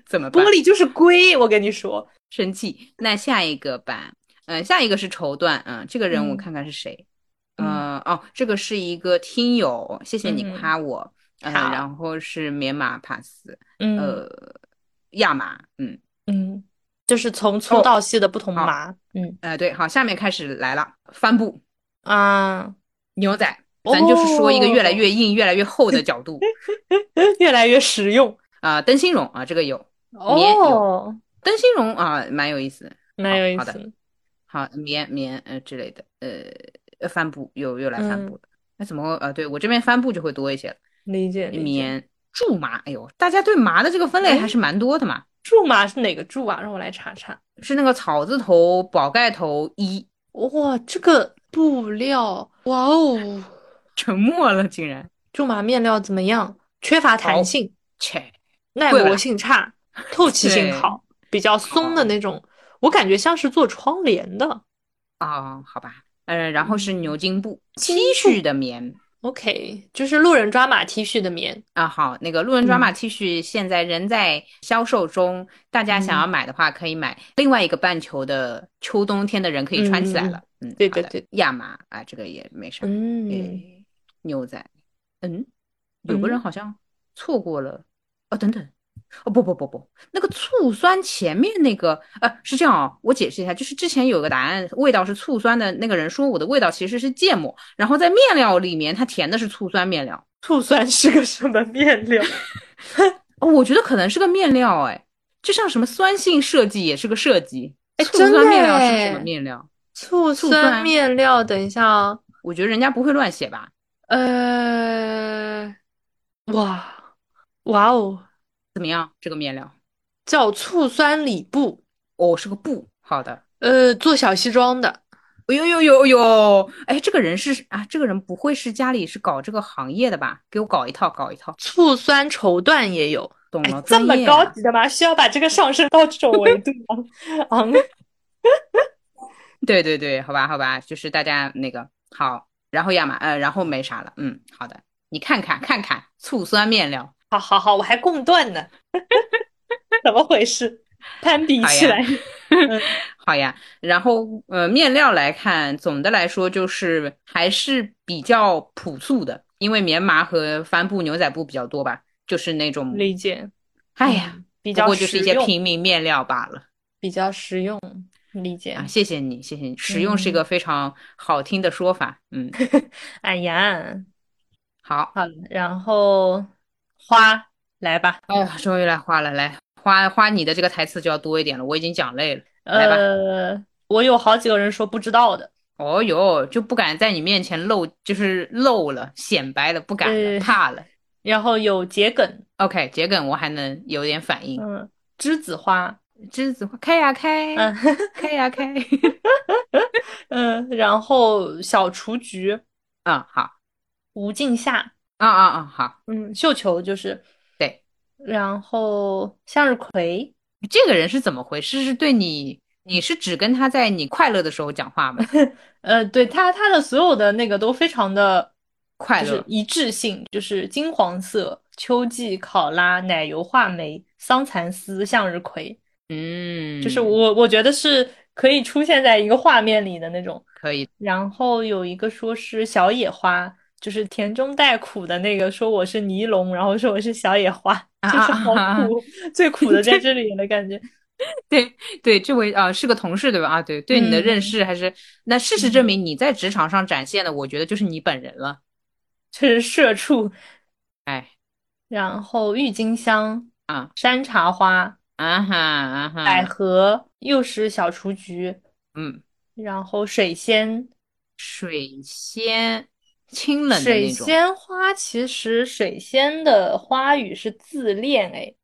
怎么
玻
办？
璃就是硅，我跟你说。
生气。那下一个吧，嗯、下一个是绸缎，嗯、这个人我
嗯
看看是谁，
嗯
呃，哦，这个是一个听友，谢谢你
嗯
夸我，嗯、
好
然后是棉麻帕斯，
嗯
呃，亚麻，嗯，
嗯，就是从粗
哦
到细的不同
好
麻。嗯
呃，对，好，下面开始来了，帆布、
啊，
牛仔，咱就是说一个越来
哦
越硬、越来越厚的角度，
越来越实用。
啊、灯芯绒啊，这个有，棉有
哦，
灯芯绒啊，蛮有意思的，
蛮有意
好好的
思。
好，棉棉呃之类的，呃，呃帆布又又来
嗯
帆布了。那怎么呃，对我这边帆布就会多一些了。
理解理解。
棉苎麻，哎呦，大家对麻的这个分类还
哎
是蛮多的嘛，
苎麻是哪个苎啊？让我来查查。
是那个草字头、宝盖头一，
哇，这个布料，哇哦，
沉默了，竟然，
苎麻面料怎么样？缺乏弹
好
性，
切，
耐
贵吧
磨性差，透气性
对
好，比较松的
好
那种。我感觉像是做窗帘的。
啊、好吧，呃，然后是牛津布，T
津嗯布
恤的棉
OK，就是路人抓马 T 恤的棉。
啊，好，那个路人抓马
嗯
T 恤现在仍在销售中，大家想要买的话可以买。另外一个半球的秋冬天的人可以穿起来了，嗯，
对
好
对
的
对，
亚麻啊，这个也没啥，
嗯，
诶，牛仔，嗯，有个人
嗯
好像错过了，哦，等等，哦不不不不，那个醋酸前面那个，呃，是这样哦，我解释一下，就是之前有个答案味道是醋酸的那个人说我的味道其实是芥末，然后在面料里面它填的是醋酸面料，
醋酸是个什么面料？
哦，我觉得可能是个面料，哎，就像什么酸性设计也是个设计，
哎
醋
真
酸
的
面料是什么
哎
面料？
醋
醋
酸
酸
面料，等一下啊，
我觉得人家不会乱写吧？
呃，哇，哇哦，
怎么样，这个面料？
叫醋酸里布，
哦，是个布，好的。哦
呃，做小西装的。
呦呦呦呦！哎，这个人是啊，这个人不会是家里是搞这个行业的吧？给我搞一套，搞一套，
醋酸绸缎也有，
懂
哎
了，，
这
专
么
业
高
啊
级的吗？需要把这个上升到这种维度吗？嗯，
对对对，好吧，好吧，就是大家那个好，然后亚麻，呃，然后没啥了，嗯，好的，你看看看看，醋酸面料，
好好好，我还供断呢， 怎么回事？攀比
好
起
呀
来，
好呀。然后呃，面料来看，总的来说就是还是比较朴素的，因为棉麻和帆布、牛仔布比较多吧，就是那种，
理解。
哎呀，
嗯，比
不
较
过就是一
实
些
用，
平民面料罢了。
比较实用，理解
啊，。谢谢你，谢谢你。实用是一
嗯
个非常好听的说法。 嗯，
哎呀，
好，
好，然后花来吧，
哎呀，终于来花了，来花花你的这个台词就要多一点了，我已经讲累了。来吧
呃，我有好几个人说不知道的，
哦哟，就不敢在你面前露，就是露了，显摆了，不敢了，
对
怕了。
然后有桔梗，
OK，桔梗我还能有点反应。
嗯，栀子花，
栀子花开呀开，
嗯
开呀开。
嗯，然后小雏菊，
嗯，好，
无尽夏，
啊啊啊，好。
嗯，绣球就是，
对，
然后向日葵，
这个人是怎么回事？是对你，你是只跟他在你快乐的时候讲 话吗？
呃，对，它它的所有的那个都非常的。
快
就是
乐
一致性，就是金黄色、秋季考拉、奶油话梅、桑蚕丝、向日葵，
嗯，
就是我我觉得是可以出现在一个画面里的那种。
可以。
然后有一个说是小野花，就是甜中带苦的那个，说我是尼龙，然后说我是小野花，
啊
就是好
啊啊啊
苦，最苦的在这里了感觉。
对对，这位啊、呃、是个同事对吧？啊，对，对你的认识还是、嗯、那事实证明你在职场上展现的，我觉得就是你本人了，
这是社畜。
哎，
然后郁金香
啊，
山茶花
啊哈啊哈，
百合又是小雏菊，
嗯，
然后水仙，
水仙清冷的
水
那种
仙花，其实水仙的花语是自恋哎。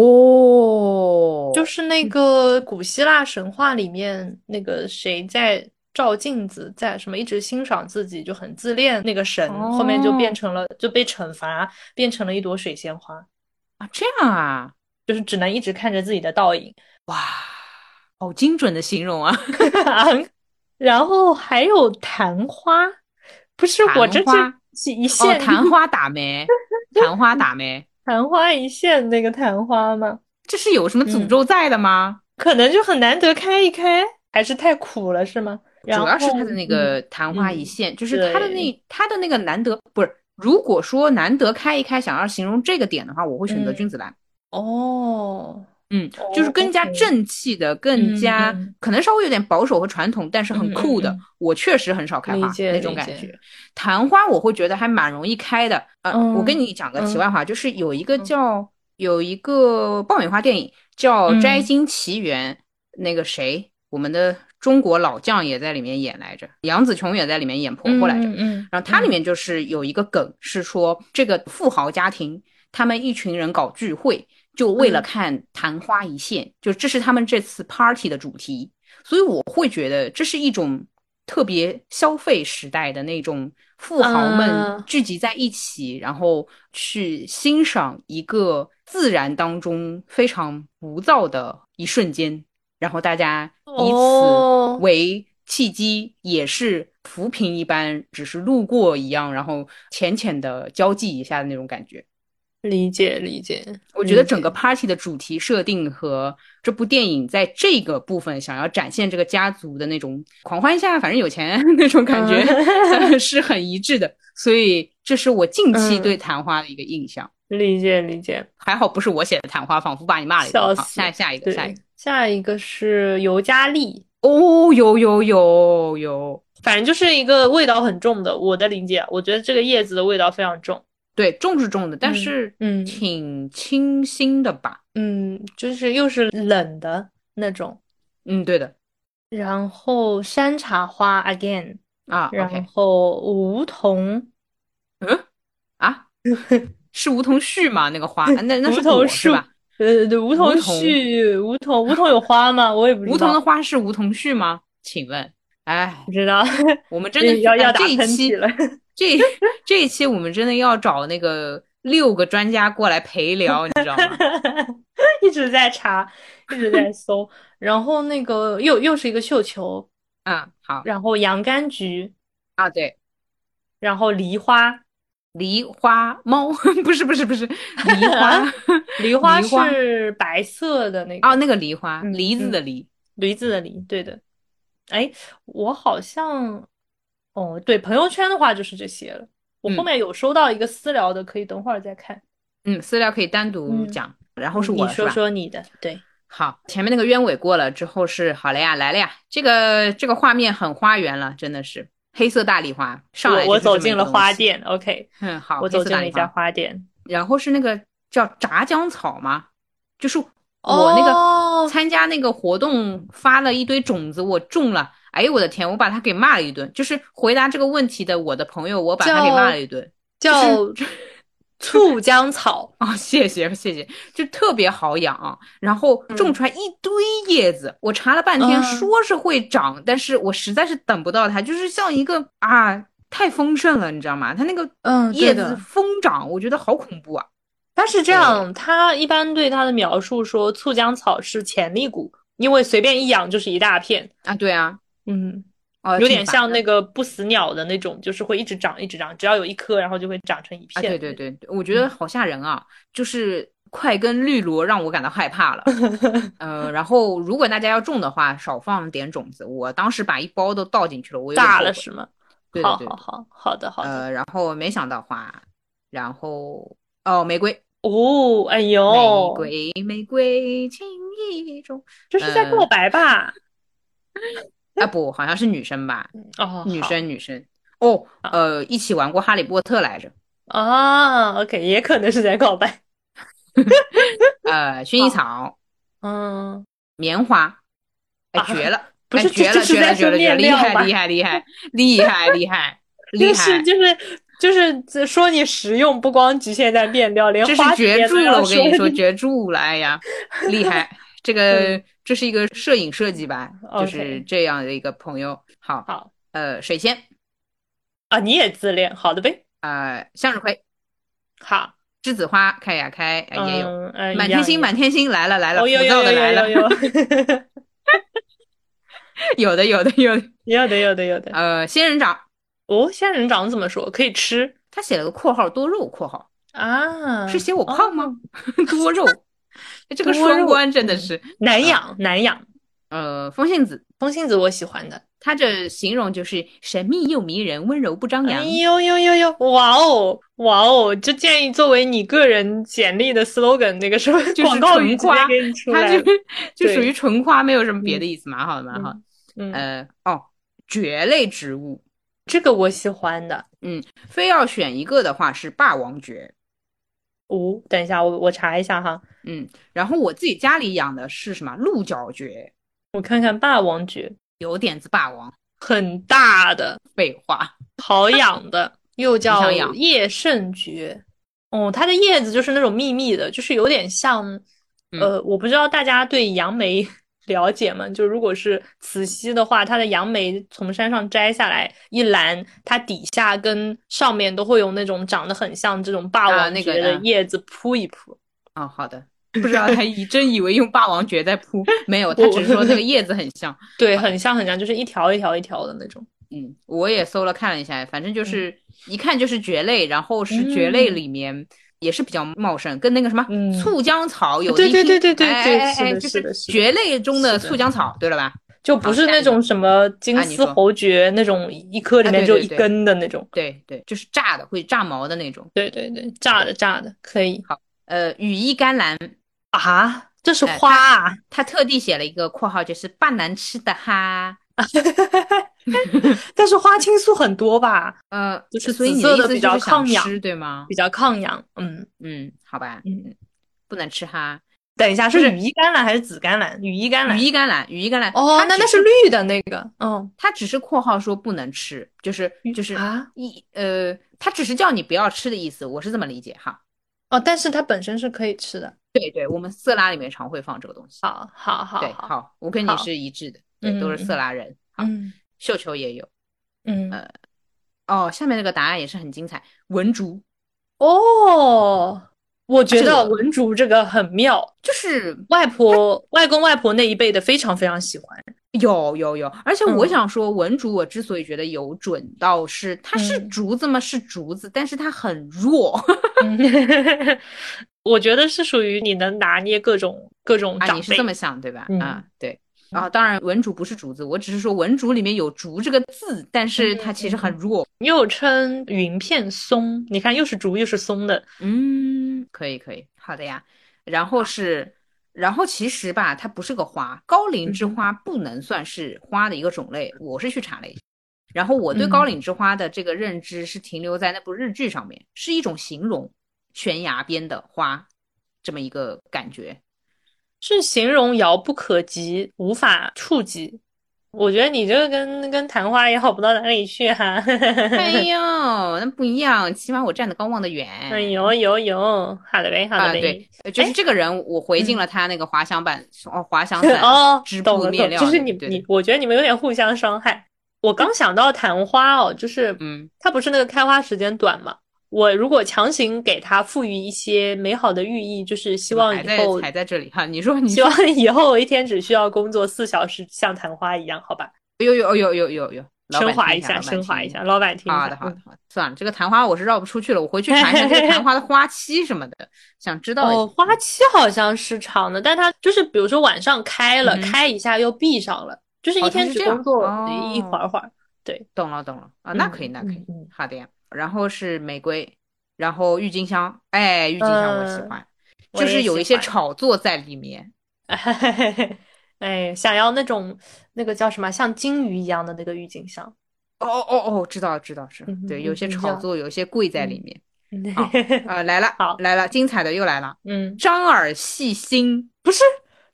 哦，
就是那个古希腊神话里面那个谁在照镜子，在什么一直欣赏自己就很自恋那个神，
哦
后面就变成了就被惩罚，变成了一朵水仙花，
啊，这样啊，
就是只能一直看着自己的倒 影。
哇，好哦精准的形容啊！
然后还有昙花，不是
昙
我这
花
是一
哦，
线
昙花 打没，昙花打没，
昙花一现那个昙花吗？
这是有什么诅
嗯
咒在的吗？
可能就很难得开一开，还是太苦了是吗？主
主要是他的那个昙花一
嗯
现，就是他的那
对
他的那个难得不是。如果说难得开一开，想要形容这个点的话，我会选择
嗯
君子兰。
哦，
嗯，就是更加
OK
正气的，更加
嗯嗯
可能稍微有点保守和传统，但是很
嗯嗯
酷的
嗯。
我确实很少开
理
花
解
那种
理
感
解
觉。昙花我会觉得还蛮容易开的。呃，我跟
嗯
你讲个题
嗯
外话，就是有一个
嗯
叫有一个爆米花电影叫《摘
嗯
金奇缘》，那个谁，我们的中国老将也在里面演来着，杨紫琼也在里面演婆婆来着。
嗯嗯，
然后它里
嗯
面就是有一个梗，是说这个富豪家庭，他们一群人搞聚会，就为了
嗯
看昙花一现，就这是他们这次 party 的主题。所以我会觉得这是一种特别消费时代的那种富豪们
嗯
聚集在一起，然后去欣赏一个自然当中非常浮躁的一瞬间，然后大家以
哦
此为契机，也是浮萍一般，只是路过一样，然后浅浅的交际一下的那种感觉。
理解理解，
我觉得
理
整个
解
party 的主题设定和这部电影在这个部分想要展现这个家族的那种狂欢一下，反正有钱 那种感觉、 是很一致的。所以这是我近期
嗯
对昙花的一个印象。
理解理解，
还好不是我写的昙花，仿佛把你骂了一顿。
笑
好，
死
下下一个，
对
下一个。，
下一个是尤加利，
哦，有有有有，
反正就是一个味道很重的，我的理解，我觉得这个叶子的味道非常重，
对，重是重的，但
嗯
是
嗯
挺清新的吧？
嗯，就是又是冷的那种，
嗯，对的
然后山茶花 again，
啊。
然
OK，
后梧桐，
嗯啊， 是梧桐絮吗？那个花，啊那那是
梧桐
果是
树
吧？
呃，对，梧
梧
桐
桐
絮，梧桐，梧桐有花吗？我也不知
梧桐的
道，
花是梧桐絮吗？请问，哎
不，知道，
我们真的
要
哎
要打
这一
喷
期
嚏了。
这这一期我们真的要找那个六个专家过来陪聊，你知 道吗？
一直在查，一直 在搜，然后那个又又是一个绣球，
嗯，好
然后洋甘菊，
啊，对。
然后梨花，
梨花猫 不是不是不是梨花
梨花
梨花
是白色的那个
哦，那个梨花，
嗯
梨子的梨，
驴子的梨，对的。哎，我好像，哦，对，朋友圈的话就是这些了。我后
嗯
面有收到一个私聊的，可以等会儿再看。
嗯，饲料可以单独
嗯
讲，然后是
你
我是
说
吧？
说你的，对，
好，前面那个鸢尾过了之后是好了呀，来了呀，这个这个画面很花园了，真的是黑色大丽花上来
我我
就是这
走
么一
进
个
了
东
花
西，
店，OK，
嗯，好，
我
黑
走
色
进
大
了
丽
一家
花，
花店。
然后是那个叫炸姜草吗？就是我那个
哦
参加那个活动发了一堆种子，我种了，哎呦我的天，我把他给骂了一顿。就是回答这个问题的我的朋友，我把他给骂了一顿。
叫 醋浆草，
哦，谢谢谢谢，就特别好养，然后种出来一堆叶子。我查了半天，
嗯
说是会长，但是我实在是等不到它，就是像一个啊，太丰盛了，你知道吗？它那个
嗯
叶子疯长，我觉得好恐怖啊。
它是这样，它一般对它的描述说，醋浆草是潜力股，因为随便一养就是一大片，
啊，对啊，
嗯，
哦，
有点像
个。
那个不死鸟的那种，就是会一直长，一直长，只要有一颗，然后就会长成一
啊，
片。
对对对，我觉
嗯
得好吓人啊！就是快跟绿萝让我感到害 怕了。呃，然后如果大家要种的话，少放点种子。我当时把一包都倒进去了，我有点
大
后
了
悔
是吗？
对
好
对
好
对，
好，好的好的。
呃，然后没想到花，然后哦，玫瑰，
哦，哎
玫
呦，
瑰，玫瑰，情种，
这是在告
嗯
白吧？
呃、啊不，好像是女生吧？
哎哦，
女生女生哦，呃，一起玩过《哈利波特》来着。
啊，OK，也可能是在告白。
呃，薰衣
哦
草，
嗯，
棉花，哎，绝了！
不是，
绝了，绝了，绝了，绝了！厉害，厉害，厉害，厉害，厉害，厉
害！ 就是就是就是说你实用，不光局限在变调，连
这是
花
绝住了，我跟你
说，
绝住了！哎呀，厉害！这
嗯
个这是一个摄影设计吧，就是这样的一个朋友。好，
好，
呃，水仙
啊，你也自恋，好的呗。
呃，向日葵，
好，嗯哎
栀子花开呀开，哎也有，满天星，满天星来了来了，
浮
躁的来了。有的，有的，有的，
有 的，有的，有的。
呃，仙人掌，
哦，仙人掌怎么说？可以吃？
他写了个括号多肉括号
啊，
是嫌我胖吗？ 多 肉，哎这个双关真的
嗯
是
难养，难养。
呃，风信子，
风信子我喜欢的，
他这形容就是神秘又迷人，温柔不张扬。
哎呦呦呦呦，哇哦，哇哦！这建议作为你个人简历的 slogan，那个什么
就是
纯
夸，他
嗯
就就属
于
纯夸，没有什么别的意思，蛮好的，蛮好。
嗯
呃哦，蕨类植物，
这个我喜欢的。
嗯，非要选一个的话是霸王蕨。
哦，等一下，我我查一下哈。
嗯，然后我自己家里养的是什么鹿角蕨，
我看看霸王蕨，
有点子霸王。
很大的，
废话，
好养的，又叫
想养
叶圣蕨。哦，它的叶子就是那种密密的，就是有点像，
嗯
呃，我不知道大家对杨梅 了解吗？就如果是慈溪的话，它的杨梅从山上摘下来一篮，它底下跟上面都会有那种长得很像这种霸
啊
王
那
蕨
个
的
嗯
叶子铺一铺。
哦，好的，不知道他以真以为用霸王蕨在铺，没有，他只是说那个叶子很像。
对，很像很像，就是一条一条一条的那种。
嗯，我也搜了看了一下，反正
嗯
就是、一看就是蕨类，然后是蕨类里面也是比较茂盛，跟那个什么
嗯
醋浆草有的
对
一
对
拼
对对对
哎
对
哎
是
哎
的
就是
的是的
蕨类中的
是的
醋浆草，对了吧？
就不
好
是
下
那
一个
种什么金
啊你
丝
说
猴蕨那种一颗里
啊
面
对
就
对
一
对
根的那种。
对对，就是炸的会炸毛的那种。
对对对，炸的炸的可以
呃，羽衣甘蓝，
啊，这是
哎
花啊，
他特地写了一个括号，就是半难吃的哈。
但是花青素很多吧，
呃，
就是
所以
紫
你
色
意
的
思
比
就
较
是想
抗氧
吃对吗？
比较抗氧。嗯，
嗯，好吧，
嗯
嗯，不能吃哈。
等一下，是
不是
羽衣甘蓝还是紫甘蓝？羽衣甘蓝
羽。衣甘蓝，羽衣甘蓝，
哦
它，
那
只
那是绿的那个，嗯，
它只是括号说不能吃，就是就是
啊，
一呃，它只是叫你不要吃的意思，我是这么理解哈。
哦，但是它本身是可以吃的。
对对，我们色拉里面常会放这个东西。
好，好，好，
对，
好，
好，我跟
好
你是一致的，对，都是色拉人。好，
嗯
绣球也有
嗯，
呃哦。下面那个答案也是很精彩，文竹
哦，我觉
这
得
个
文竹这个很妙，
就是
外婆、外公、外婆那一辈的非常非常喜欢。
有有有，而且我
嗯
想说，文竹我之所以觉得有准到是，它是
嗯
竹子嘛，是竹子，但是它很弱。
嗯 我觉得是属于你能拿捏各种各种
啊，
长
你是
辈
这么想对吧？
嗯
啊，对。啊，当然，文竹不是竹子，我只是说文竹里面有“竹”这个字，但
嗯
是它其实很弱。
又称云片松，你看又是竹又是松的，
嗯，可以，可以，好的呀。然后是，然后其实吧，它不是个花，高岭之
嗯
花不能算是花的一个种类。我是去查了一下，然后我对高
嗯
岭之花的这个认知是停留在那部日剧上面，是一种形容悬崖边的花这么一个感 觉。
是形容遥不可及、无法触及。我觉得你这个跟跟昙花也好不到哪里去啊哈、
哎呦，那不一样，起码我站得高，望得远。
哎呦呦呦，好的呗，好的
啊，
呗。
对，呃就是
哎嗯
这个人，我回敬了他那个滑翔板，哦，滑翔伞
哦，
织
懂
布
了
面
懂了，
料，
就是你
对
你
对，
我觉得你们有点互相伤害。我刚想到昙花哦，就是
嗯，
它不是那个开花时间短嘛？我如果强行给它赋予一些美好的寓意，就是希望
还
以
在
后，
还在这里哈，你说你
希
说，
望以后我一天只需要工作四小时，像昙花一样，好吧？
有有有有有有，老
升
板
华
听
一下，
老板
升华
听
一下，。老板听一
好
下
的，好的
嗯，
好的，算了，这个昙花我是绕不出去了，我回去查一下这个昙花的花期什么的，想知道一下。
哦，花期好像是长的，但它就是比如说晚上开了，
嗯哼
开一下又闭上了，就是
哦
一
它
天
是
只
这
工
样
作
哦
一会儿会儿。
懂了懂了啊，那可以
嗯
那可以
嗯嗯，
好的呀。然后是玫瑰，然后郁金香，哎，郁金香我喜
嗯
欢，
我
就
也
是有
喜
一些
欢
炒作在里面。
哎，想要那种那个叫什么，像金鱼一样的那个郁金香。
哦哦哦，知道知道知
嗯
道，对，有些炒作，有些贵在里面。好 啊、呃，来了，
好
来了，精彩的又来了。
嗯，
张耳细心
不是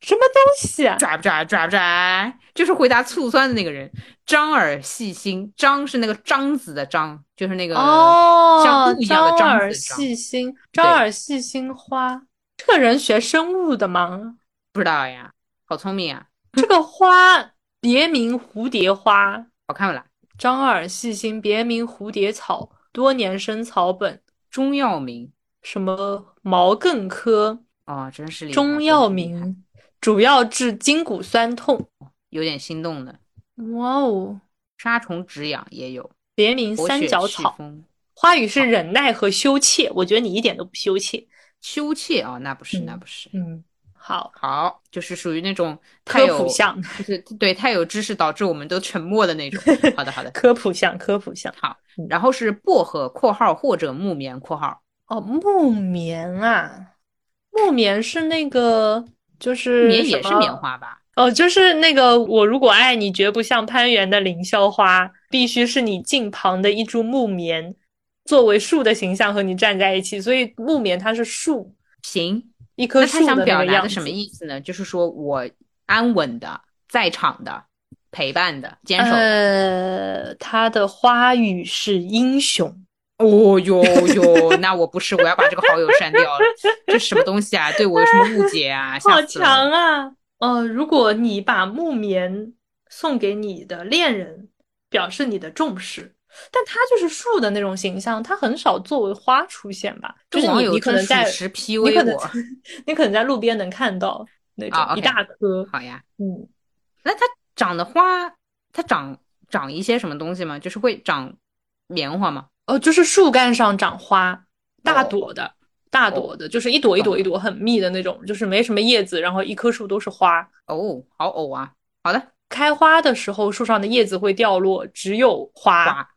什么东西啊？
拽不拽？拽不拽？就是回答醋酸的那个人。张耳细心，张是那个张子的张，就是那个像
哦
不一，样
张
的张子
耳
的张。
细心，张耳细心花。这个人学生物的吗？
不知道呀，好聪明啊，
这个花别名蝴蝶花，
好看不啦？
张耳细心，别名蝴蝶草，多年生草本，
中药名
什么毛茛科，
哦，真是厉害
中药，
真是厉害
名，主要治筋骨酸痛。
有点心动的。
哇哦，
杀虫止痒也有，
别名
活
三
血
角
祛
草，
风，
花语是忍耐和羞怯，我觉得你一点都不羞怯。
羞怯哦，那不是
嗯
那不是。
嗯，好，
好，就是属于那种太
科
有
普，项，
就是对太有知识导致我们都沉默的 那种。好的好的，
科普项，科普项。
然后是薄荷（括号或者木棉）（括号
哦，木棉啊，木棉是那个，就是
棉也
什
是
么
棉花吧？
哦，就是那个我如果爱你，绝不像攀援的凌霄花，必须是你近旁的一株木棉，作为树的形象和你站在一起，所以木棉它是树，
行，
一棵
那他
树
想
的
表
那个
达
样
的
子。
什么意思呢？就是说我安稳的、在场的、陪伴的、坚守的。
呃，它的花语是英雄，
哦哟哟，那我不是，我要把这个好友删掉了。这什么东西啊？对我有什么误 解啊？
好
吓死了！
强啊！呃，如果你把木棉送给你的恋人，表示你的重视。但它就是树的那种形象，它很少作为花出现吧？就是
这网
你，
友
你可
真
能在
属实
你可
PUA
能
我。
你可能在路边能看到那
啊
种
，OK
一大颗，
好呀，
嗯，
那它长的花，它长长一些什么东西吗？就是会长棉花吗？
哦，就是树干上长花，大
哦
朵的，大朵的，就是一朵一朵一朵很密的那种，就是没什么叶子，然后一棵树都是花。
哦，好偶啊。好的，
开花的时候，树上的叶子会掉落，只有花。
花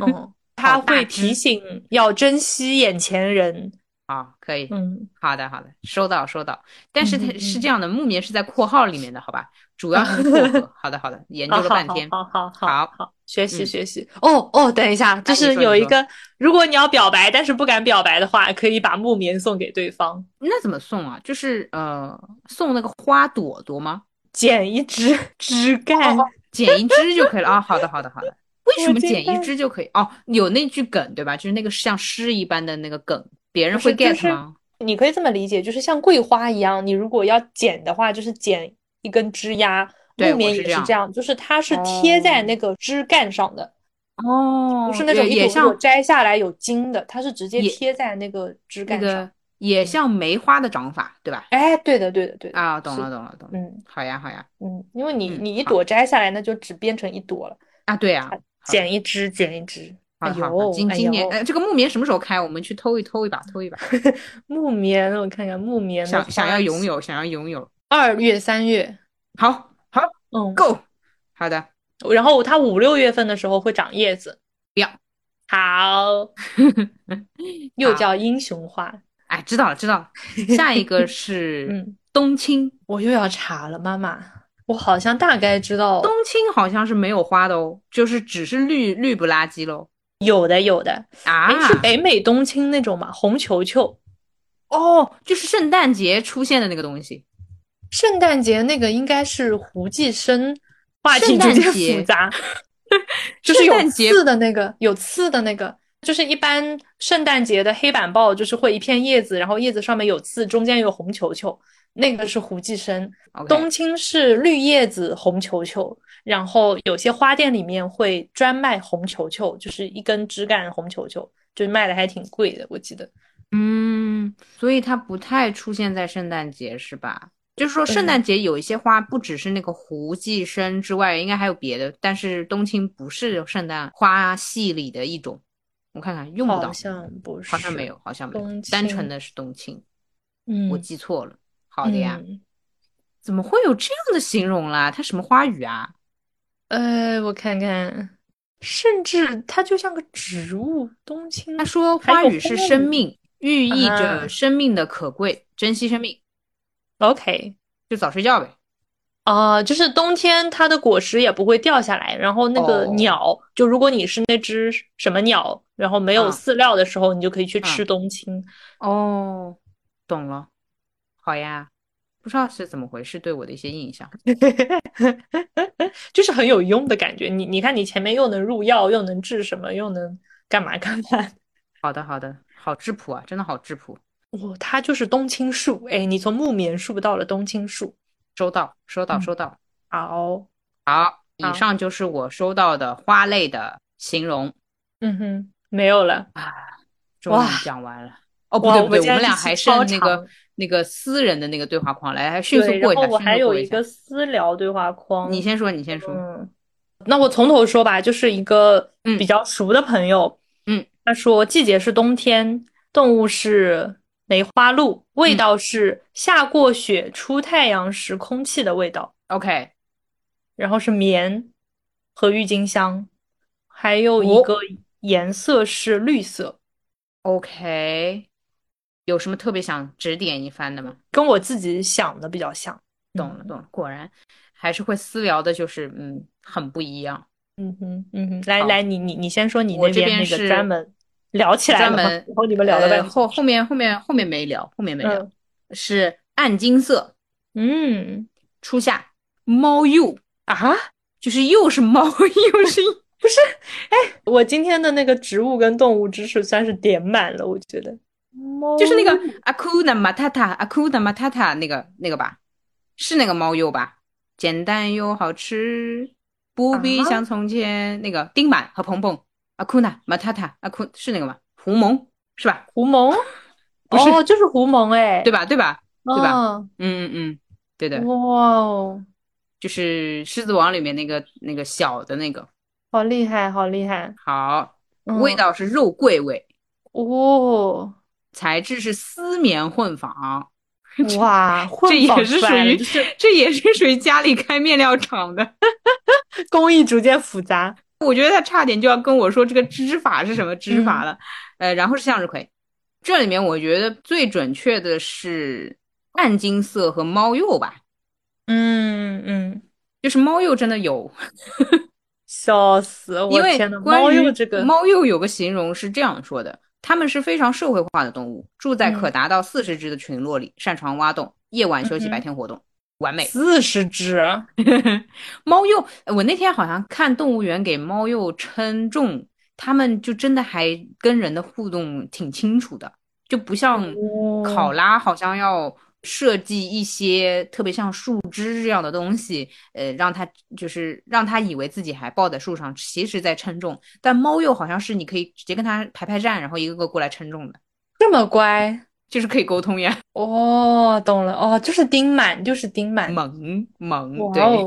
嗯， 它
大
会
枝
提醒要珍惜眼前人。
啊，可以。
嗯，
好的，好的，收到，收到。但是它
嗯嗯
是
嗯
这样的，木棉是在括号里面的，好吧？主要是薄 荷。好的，好的，研究
啊，
了
好
半天。
好好好
好
好好，学习
嗯
学习。哦哦，等一下，就
啊你
是
说
有
你
一
说
个，如果你要表白但是不敢表白的话，可以把木棉送给对方。
那怎么送啊？就是呃，送那个花朵朵吗？
剪一枝 枝干，
哦剪一支就可以了啊。好的，好的，好的。为什
我
么
知
剪一
道
支就可以？哦，有那句梗对吧？就是那个像诗一般的那个梗，别人
不
会
是就
get
是
吗？
你可以这么理解，就是像桂花一样，你如果要剪的话，就是剪一根枝丫。
对
木棉
我是
也
这样
是这样，就是它是贴在
哦
那个枝干上的，
哦，
不是那种
也
一
也
朵一朵
像
摘下来有茎的，它是直接
也
贴在那个枝
那
干上
个。也
嗯
像梅花的长法，对吧？
哎，对的，对的，对的。
啊，懂
是
了，懂了，懂了。
嗯
好呀，好呀。
嗯，因为你
嗯
你一
好
朵摘下来，那就只变成一朵了，
啊，对呀，好
剪一枝，剪一枝。
好
哎
的好的，
呦，
今
哎
今年
呦，
呃，这个木棉什么时候开？我们去偷一偷一把，偷一把，
木棉，我看看木棉的
想想
花
要拥有，想要拥有。
二月、三月，
好，好
嗯，
，Go，好的，
然后它五六月份的时候会长叶子，
不要。
好，又叫英雄花。
哎，知道了，知道了。下一个是
嗯，
冬青，
我又要查了，妈妈，我好像大概知道
冬青好像是没有花的哦，就是只是绿绿不拉几喽。
有的有的，
啊
哎，，是北美冬青那种嘛，红球球。
哦，就是圣诞节出现的那个东西。
圣诞节那个应该是胡寄生，话题逐
圣诞
渐
节
复杂，就是有
圣诞节
刺的那个，有刺的那个。就是一般圣诞节的黑板报，就是会一片叶子，然后叶子上面有刺，中间有红球球，那个是胡寄生。
OK，
冬青是绿叶子红球球，然后有些花店里面会专卖红球球，就是一根枝干红球球，就是卖的还挺贵的，我记得。
嗯，所以它不太出现在圣诞节是吧？就是说，圣诞节有一些花，不只是那个胡寄生之外，应该还有别的。但是冬青不是圣诞花系里的一种，我看看用不到
好，像不是，
好像没有，好像没有
冬，
单
青
纯的是冬青，
嗯，
我记错了。好的呀，
嗯
怎么会有这样的形容啦？它什么花语啊？
呃，我看看，甚至它就像个植物，冬青
他说
还
花
有
语是
花
生
语
命，寓意着
啊
生命的可贵，珍惜生命。
，OK，
就早睡觉呗。
啊、就是冬天它的果实也不会掉下来，然后那个
哦
鸟，就如果你是那只什么鸟，然后没有
嗯
饲料的时候，你就可以去
嗯
吃冬青。
哦，懂了，好呀，不知道是怎么回事对我的一些印象。
就是很有用的感觉。你你看，你前面又能入药，又能治什么，又能干嘛干嘛。
好的，好的，好质朴啊，真的好质朴，
哇，哦它就是冬青树，哎，你从木棉树到了冬青树。
收到，收到，
嗯
收到。
好，
好，以
好
上就是我收到的花类的形容
嗯哼，没有了。
啊，终
哇
于讲完了。哦，不
哇，
对
我
不对，
们
我们俩还剩那个
长
那个私人的那个对话框，来，来迅速
对，
过
然
一下，
后我
迅
还
速
有
过一
一
下
个私聊对话框。
你先说，你先说。
嗯，那我从头说吧，就是一个
嗯
比较熟的朋友，
嗯，
他说季节是冬天，动物是梅花鹿，味
嗯
道是下过雪出太阳时空气的味道，
OK，
然后是棉和郁金香，还有一
哦
个颜色是绿色，
OK，有什么特别想指点一番的吗？
跟我自己想的比较像。
懂了，懂了，果然还是会私聊的，就是嗯，很不一样。
嗯哼，嗯哼，来
好
来，你你你先说你
我
那
这
边
边
那个
是
专门聊起来
专
了吗
门
然后你们聊了半
呃
个
后
小时
后面后面后面没聊，后面没聊，
嗯
是暗金色
嗯
初夏猫鼬，
啊。
就是又是猫 又是
我今天的那个植物跟动物知识算是点满了，我觉得。猫
就是那个阿库纳马塔塔阿库纳马塔塔那个那个吧，是那个猫鼬吧？简单又好吃，不必
啊
像从前。那个丁满和鹏鹏阿库纳马塔塔阿库是那个吗？胡蒙是吧？
狐獴，
不是
哦，就是狐獴哎，
对吧？对吧？对吧
吧？
嗯嗯嗯，对的，
哇哦，
就是《狮子王》里面那个那个小的那个。
好厉害，好厉害！
好，
嗯
味道是肉桂味，
哦，
材质是丝棉混纺，
哇，
这
混
也
纺
是
出
属
来了，
于
就是
这也是属于家里开面料厂的。
工艺逐渐复杂。
我觉得他差点就要跟我说这个织法是什么织法
嗯
了，呃，然后是向日葵，这里面我觉得最准确的是暗金色和猫鼬吧，
嗯嗯，
就是猫鼬真的有，
笑死！哦我
因为
天呐，
关
猫
于
鼬这个，
猫鼬有个形容是这样说的，它们是非常社会化的动物，住在可
嗯
达到四十只的群落里，擅长挖洞，夜晚休息，
嗯哼
白天活动，完美。
四十只，
猫鼬，呃我那天好像看动物园给猫鼬称重，它们就真的还跟人的互动挺清楚的，就不像考
哦
拉好像要设计一些特别像树枝这样的东西，呃，让它就是让它以为自己还抱在树上，其实在称重。但猫鼬好像是你可以直接跟它排排站，然后一个个过来称重的，
这么乖。
就是可以沟通呀。
哦，懂了哦，就是丁满，就是丁满。
萌萌，
哇
对。
哦，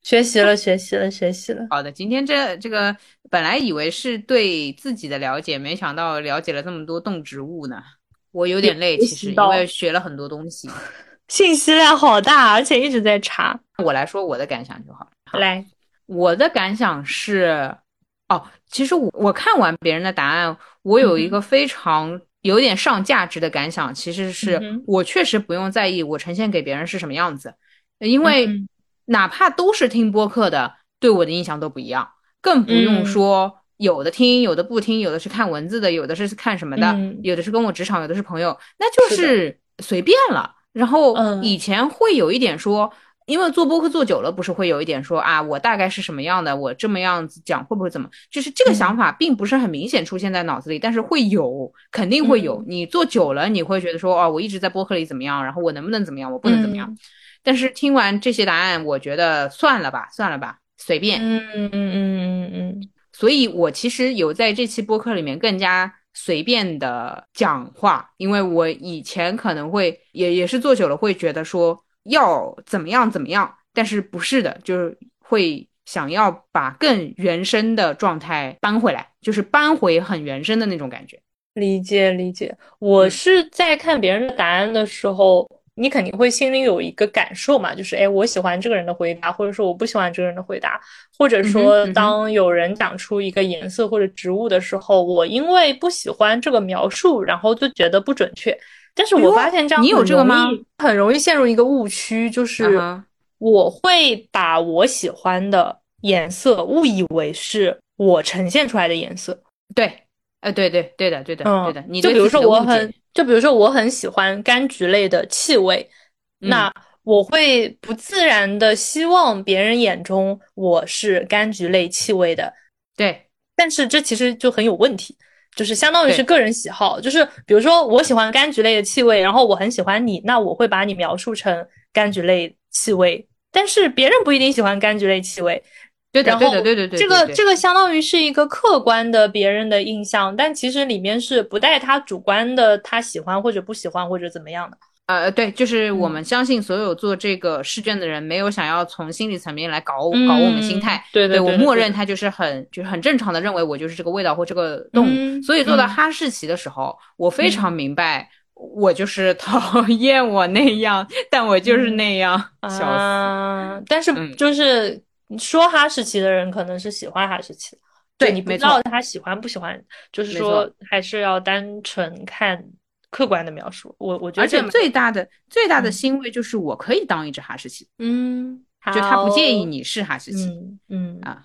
学习了，学习了，学习了。
好的，今天这这个本来以为是对自己的了解，没想到了解了这么多动植物呢。我有点累，
学
其
习
实因
到
为学了很多东西。
信息量好大，而且一直在查。
我来说我的感想就好了。好
来，
我的感想是，哦，其实我我看完别人的答案，我有
嗯
一
哼
个非常有点上价值的感想，其实是
嗯哼
我确实不用在意我呈现给别人是什么样子，因为
嗯
哪怕都是听播客的，对我的印象都不一样，更不用
嗯
说有的听，有的不听，有的是看文字的，有的是看什么的
嗯，
有的是跟我职场，有的是朋友，那就
的
是是随便了。然后
嗯
以前会有一点说。因为做播客做久了，不是会有一点说啊，我大概是什么样的，我这么样子讲会不会怎么？就是这个
嗯
想法并不是很明显出现在脑子里，但是会有，肯定会有
嗯。
你做久了，你会觉得说，哦，我一直在播客里怎么样，然后我能不能怎么样，我不能
嗯
怎么样。但是听完这些答案，我觉得算了吧，算了吧，随便。
嗯嗯嗯嗯嗯
所以我其实有在这期播客里面更加随便的讲话，因为我以前可能会也也是做久了会觉得说要怎么样怎么样，但是不是的，就是会想要把更原生的状态搬回来，就是搬回很原生的那种感觉。
理解理解。我
嗯
是在看别人的答案的时候，你肯定会心里有一个感受嘛，就是哎，我喜欢这个人的回答，或者说我不喜欢这个人的回答，或者
嗯
说
哼嗯哼
当有人讲出一个颜色或者植物的时候，我因为不喜欢这个描述，然后就觉得不准确。但是我发现这样
哎你有这个吗？
很容易陷入一个误区，就是
嗯哼
我会把我喜欢的颜色误以为是我呈现出来的颜色。
对，呃，对对对的，对的，
嗯，
对的。你
就
对
比如
自己
说
的
我
误解
很，就比如说我很喜欢柑橘类的气味，
嗯
那我会不自然的希望别人眼中我是柑橘类气味的，
对
但是这其实就很有问题，就是相当于是
对
个人喜好，就是比如说我喜欢柑橘类的气味，然后我很喜欢你，那我会把你描述成柑橘类气味，但是别人不一定喜欢柑橘类气味，
对的
然
对
后
的对对对，
这
对
个
对
这个相当于是一个客观的别人的印象，但其实里面是不带他主观的他喜欢或者不喜欢或者怎么样的。
呃，对，就是我
嗯
们相信所有做这个试卷的人，没有想要从心理层面来搞我搞我们心态。
嗯对
对
对，
我
对
默
对
认它就是很就是很正常的认为我就是这个味道或这个动物，
嗯
所以做到
嗯
哈士奇的时候，我非常明白，我就是讨 厌我那样，但我就是
嗯
那样，笑死。
啊，但是
嗯
就是说哈士奇的人可能是喜欢哈士奇的，
对
你不
没
知道
错
他喜欢不喜欢，就是
没
说
错
还是要单纯看客观的描述。我我觉得
而且
这蛮
最大的最大的
嗯
欣慰就是我可以当一只哈士奇，
嗯，
就他不介意
好，
你是哈士奇
嗯嗯哎
啊。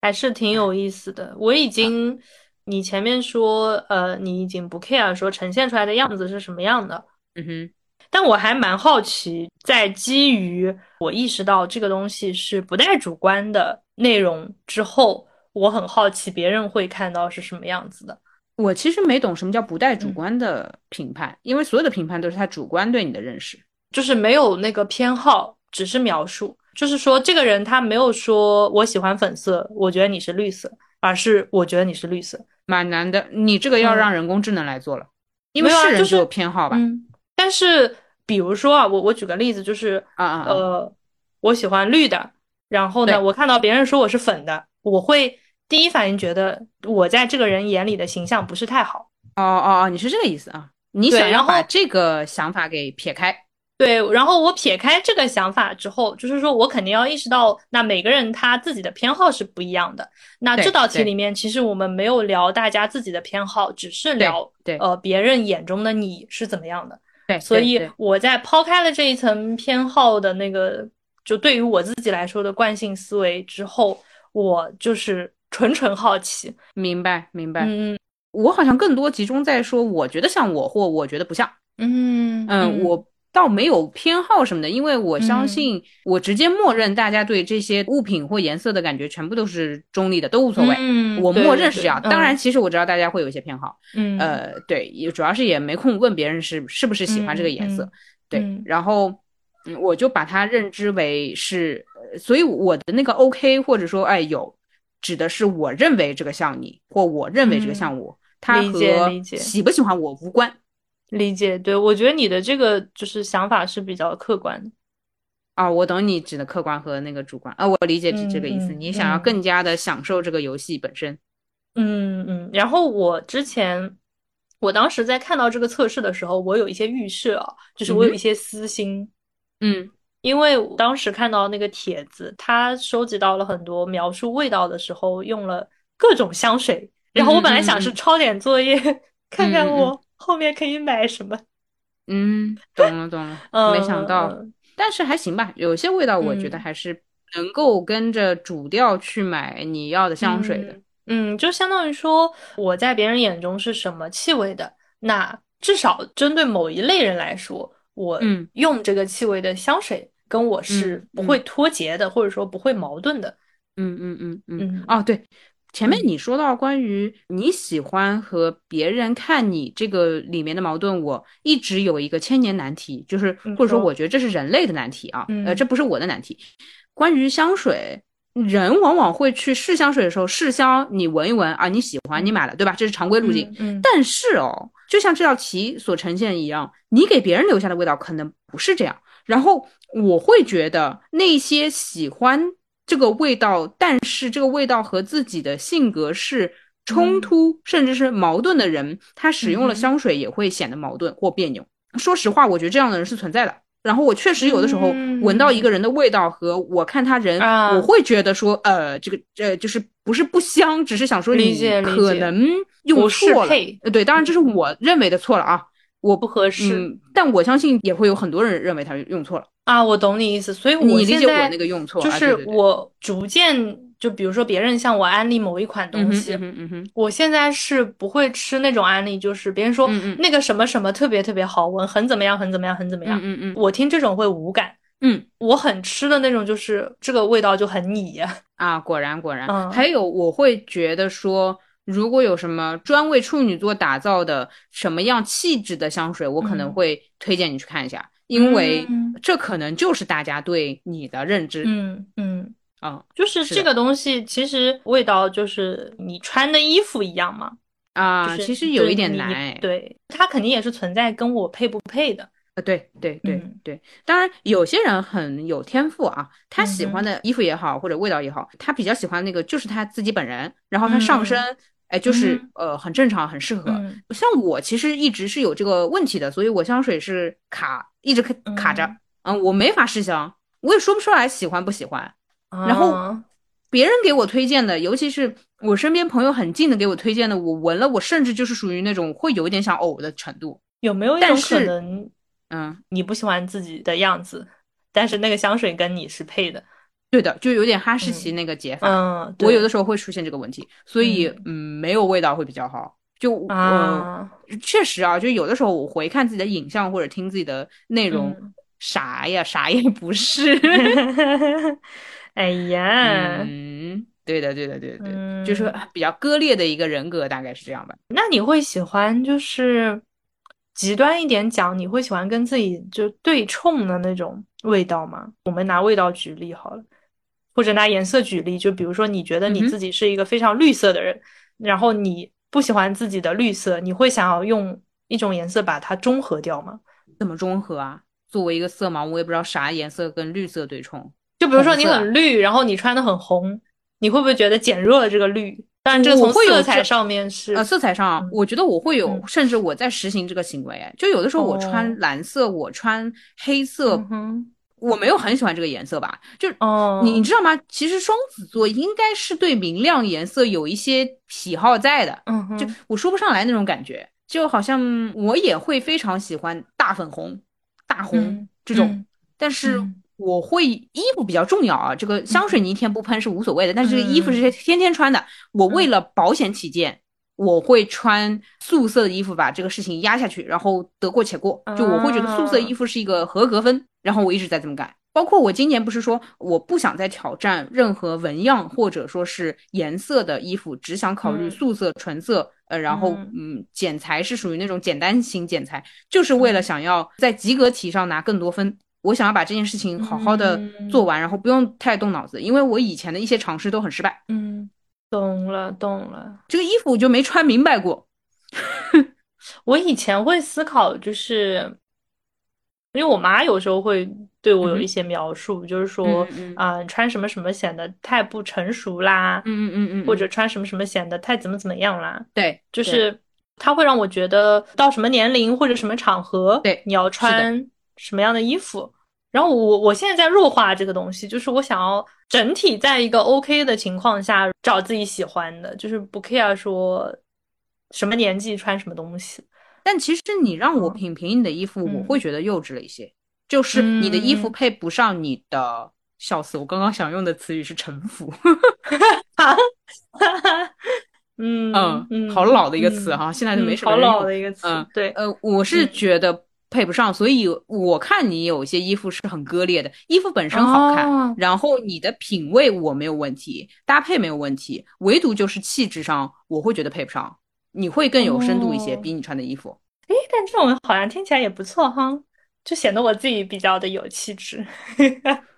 还是挺有意思的。我已经，你前面说，呃，你已经不 care 说呈现出来的样子是什么样的，
嗯哼，
但我还蛮好奇，在基于我意识到这个东西是不带主观的内容之后，我很好奇别人会看到是什么样子的。
我其实没懂什么叫不带主
嗯
观的评判，因为所有的评判都是他主观对你的认识。
就是没有那个偏好，只是描述。就是说，这个人他没有说我喜欢粉色，我觉得你是绿色，而是我觉得你是绿色。
蛮难的，你这个要
嗯
让人工智能来做了，因为
没有啊
是人
就是
就有偏好吧？
嗯，但是比如说啊，我我举个例子，就是
啊啊啊！
呃，我喜欢绿的，然后呢，
对
我看到别人说我是粉的，我会第一反应觉得我在这个人眼里的形象不是太好。
哦哦哦，你是这个意思啊？你
对
想
然
要
后
把这个想法给撇开？
对，然后我撇开这个想法之后，就是说我肯定要意识到，那每个人他自己的偏好是不一样的。那
对
这道题
对
里面，其实我们没有聊大家自己的偏好，只是
对
聊
对
呃别人眼中的你是怎么样的。
对，
所
对
以
对
我在抛开了这一层偏好的那个，就对于我自己来说的惯性思维之后，我就是纯纯好奇。
明白明白。
嗯
我好像更多集中在说，我觉得像我或我觉得不像。
嗯
嗯，我倒没有偏好什么的，因为我相
嗯
信，我直接默认大家对这些物品或颜色的感觉全部都是中立的，都无所谓。
嗯，
我
对
默
对
认是
对
这样，当然，其实我知道大家会有一些偏好，
嗯嗯
呃，对，也主要是也没空问别人是是不是喜欢这个颜色，
嗯
对
嗯，
然后嗯我就把它认知为是，呃所以我的那个 OK 或者说哎有，指的是我认为这个像你，或我认为这个像我，它
嗯理解
和
理解
喜不喜欢我无关
理解。对，我觉得你的这个就是想法是比较客观的。
啊。我懂你指的客观和那个主观啊，我理解是这个意思，
嗯嗯
你想要
嗯
更加的享受这个游戏本身。
嗯嗯，然后我之前，我当时在看到这个测试的时候，我有一些预设啊，就是我有
嗯
一些私心。
嗯
因为我当时看到那个帖子，他收集到了很多描述味道的时候用了各种香水，然后我本来想
嗯嗯嗯
是抄点作业，看看
嗯嗯
我后面可以买什么。
嗯，懂了懂了，
嗯，
没想到。
嗯
但是还行吧，有些味道我觉得
嗯
还是能够跟着主调去买你要的香水的。
嗯嗯，就相当于说我在别人眼中是什么气味的，那至少针对某一类人来说，我
嗯
用这个气味的香水跟我是
嗯
不会脱节的，或者说不会矛盾的。
嗯嗯嗯嗯。
嗯
哦，对，前面
嗯
你说到关于你喜欢和别人看你这个里面的矛盾，我一直有一个千年难题，就是
你
或者说
说
我觉得这是人类的难题啊，呃，
嗯
这不是我的难题。关于香水，人往往会去试香水的时候试香，你闻一闻啊，你喜欢你买了，对吧？这是常规路径。
嗯嗯
但是哦，就像这道题所呈现一样，你给别人留下的味道可能不是这样。然后我会觉得那些喜欢这个味道，但是这个味道和自己的性格是冲突，甚至是矛盾的人，他使用了
嗯嗯哼
香水也会显得矛盾或别扭。说实话，我觉得这样的人是存在的。然后我确实有的时候
嗯
闻到一个人的味道和我看他人，
啊
我会觉得说，呃，这个呃，就是不是不香，只是想说
理
你
解理
可
解
能用
不适
错了
配。
呃对，当然这是我认为的错了啊。我
不合适、
嗯，但我相信也会有很多人认为他用错了
啊。我懂你意思，所以我
你理解我那个用错，
就是我逐渐、
啊、对对对
就比如说别人向我安利某一款东西，
嗯哼嗯哼，
我现在是不会吃那种安利，就是别人说、
嗯嗯、
那个什么什么特别特别好闻，很怎么样，很怎么样，很怎么样，
嗯嗯，
我听这种会无感。
嗯，
我很吃的那种，就是这个味道就很你
啊，果然果然。
嗯、
还有，我会觉得说，如果有什么专为处女座打造的什么样气质的香水，我可能会推荐你去看一下，
嗯、
因为这可能就是大家对你的认知。
嗯嗯
啊、嗯，
就是这个东西，其实味道就是你穿的衣服一样嘛。
啊，
就是、
其实有一点难、哎。
对，它肯定也是存在跟我配不配的。
啊，对对对对，当然有些人很有天赋啊，他喜欢的衣服也好，或者味道也好，他比较喜欢那个就是他自己本人，然后他上身，哎，就是呃很正常，很适合。
嗯
像我其实一直是有这个问题的，所以我香水是卡，一直卡卡着，嗯，我没法试香，我也说不出来喜欢不喜欢。然后别人给我推荐的，尤其是我身边朋友很近的给我推荐的，我闻了，我甚至就是属于那种会有一点想呕的程度。
有没有一种可能？
嗯，
你不喜欢自己的样子，但是那个香水跟你是配的，
对的，就有点哈士奇那个解法。
嗯，嗯
我有的时候会出现这个问题，所以嗯、
嗯、
没有味道会比较好。就嗯、
啊
呃，确实啊，就有的时候我回看自己的影像或者听自己的内容，
嗯、
啥呀啥也 不是。
哎呀，
嗯，对的对的对的
对，
就是比较割裂的一个人格，大概是这样吧。
那你会喜欢就是？极端一点讲，你会喜欢跟自己就对冲的那种味道吗？我们拿味道举例好了，或者拿颜色举例。就比如说，你觉得你自己是一个非常绿色的人，
嗯、
然后你不喜欢自己的绿色，你会想要用一种颜色把它中和掉吗？
怎么中和啊？作为一个色盲，我也不知道啥颜色跟绿色对冲。
就比如说你很绿，然后你穿的很红，你会不会觉得减弱了这个绿？但这个从色彩上面是
呃，色彩上，
嗯、
我觉得我会有，
嗯、
甚至我在实行这个行为。就有的时候我穿蓝色，
哦、
我穿黑色，
嗯、
我没有很喜欢这个颜色吧？就
哦，
你你知道吗？其实双子座应该是对明亮颜色有一些喜好在的，
嗯，
就我说不上来那种感觉，就好像我也会非常喜欢大粉红、大
嗯
红这种，但是。我会衣服比较重要啊，这个香水你一天不喷是无所谓的，
嗯、
但是衣服是天天穿的。
嗯、
我为了保险起见，我会穿素色的衣服把这个事情压下去，然后得过且过。就我会觉得素色
哦
衣服是一个合格分，
啊、
然后我一直在这么干。包括我今年不是说我不想再挑战任何纹样或者说是颜色的衣服，只想考虑素色、
嗯、
纯色，呃，然后嗯，剪裁是属于那种简单型剪裁，就是为
嗯
了想要在及格题上拿更多分。我想要把这件事情好好的做完，
嗯、
然后不用太动脑子，因为我以前的一些尝试都很失败。
嗯，懂了，懂了。
这个衣服我就没穿明白过。
我以前会思考，就是因为我妈有时候会对我有一些描述，
嗯、
就是说，
嗯、
啊，穿什么什么显得太不成熟啦，
嗯嗯嗯，
或者穿什么什么显得太怎么怎么样啦。
对，
就是它会让我觉得到什么年龄或者什么场合，
对，
你要穿什么样的衣服。然后我我现在在弱化这个东西，就是我想要整体在一个 OK 的情况下找自己喜欢的，就是不 care 说什么年纪穿什么东西。
但其实你让我品评你的衣服，
嗯、
我会觉得幼稚了一些，就是你的衣服配不上你的。笑死！我刚刚想用的词语是臣服。
嗯
嗯
嗯，
好老的一个词哈，现在就没什么
好老的一嗯个词。对，
呃，我是觉得。配不上，所以我看你有些衣服是很割裂的，衣服本身好看，
哦、
然后你的品味我没有问题，搭配没有问题，唯独就是气质上我会觉得配不上，你会更有深度一些，
哦、
比你穿的衣服。
诶，但这种好像听起来也不错哈，就显得我自己比较的有气质。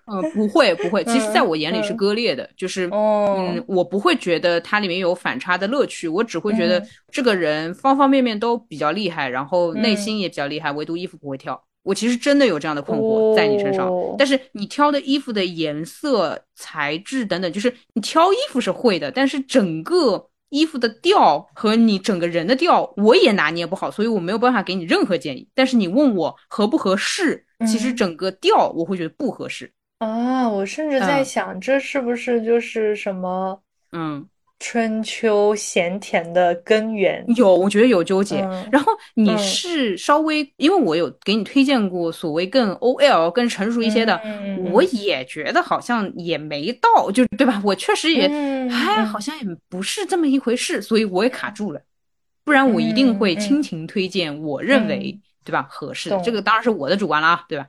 嗯，不会不会，其实在我眼里是割裂的，
嗯、
就是、
哦、
嗯，我不会觉得它里面有反差的乐趣，我只会觉
嗯
得这个人方方面面都比较厉害，然后内心也比较厉害，
嗯、
唯独衣服不会挑。我其实真的有这样的困惑在你身上，
哦、
但是你挑的衣服的颜色、材质等等，就是你挑衣服是会的，但是整个衣服的调和你整个人的调，我也拿捏不好，所以我没有办法给你任何建议。但是你问我合不合适，
嗯
其实整个调我会觉得不合适。
啊，我甚至在想，这是不是就是什么，
嗯，
春秋咸甜的根源。
有，我觉得有纠结。
嗯
然后你
嗯
是稍微，因为我有给你推荐过所谓更 OL、更成熟一些的，
嗯
我也觉得好像也没到，就对吧？我确实也，
嗯
哎，
嗯
好像也不是这么一回事，所以我也卡住了。不然我一定会
嗯嗯
倾情推荐我认为、
嗯
对吧合适的，
懂
这个当然是我的主观了啊，对吧？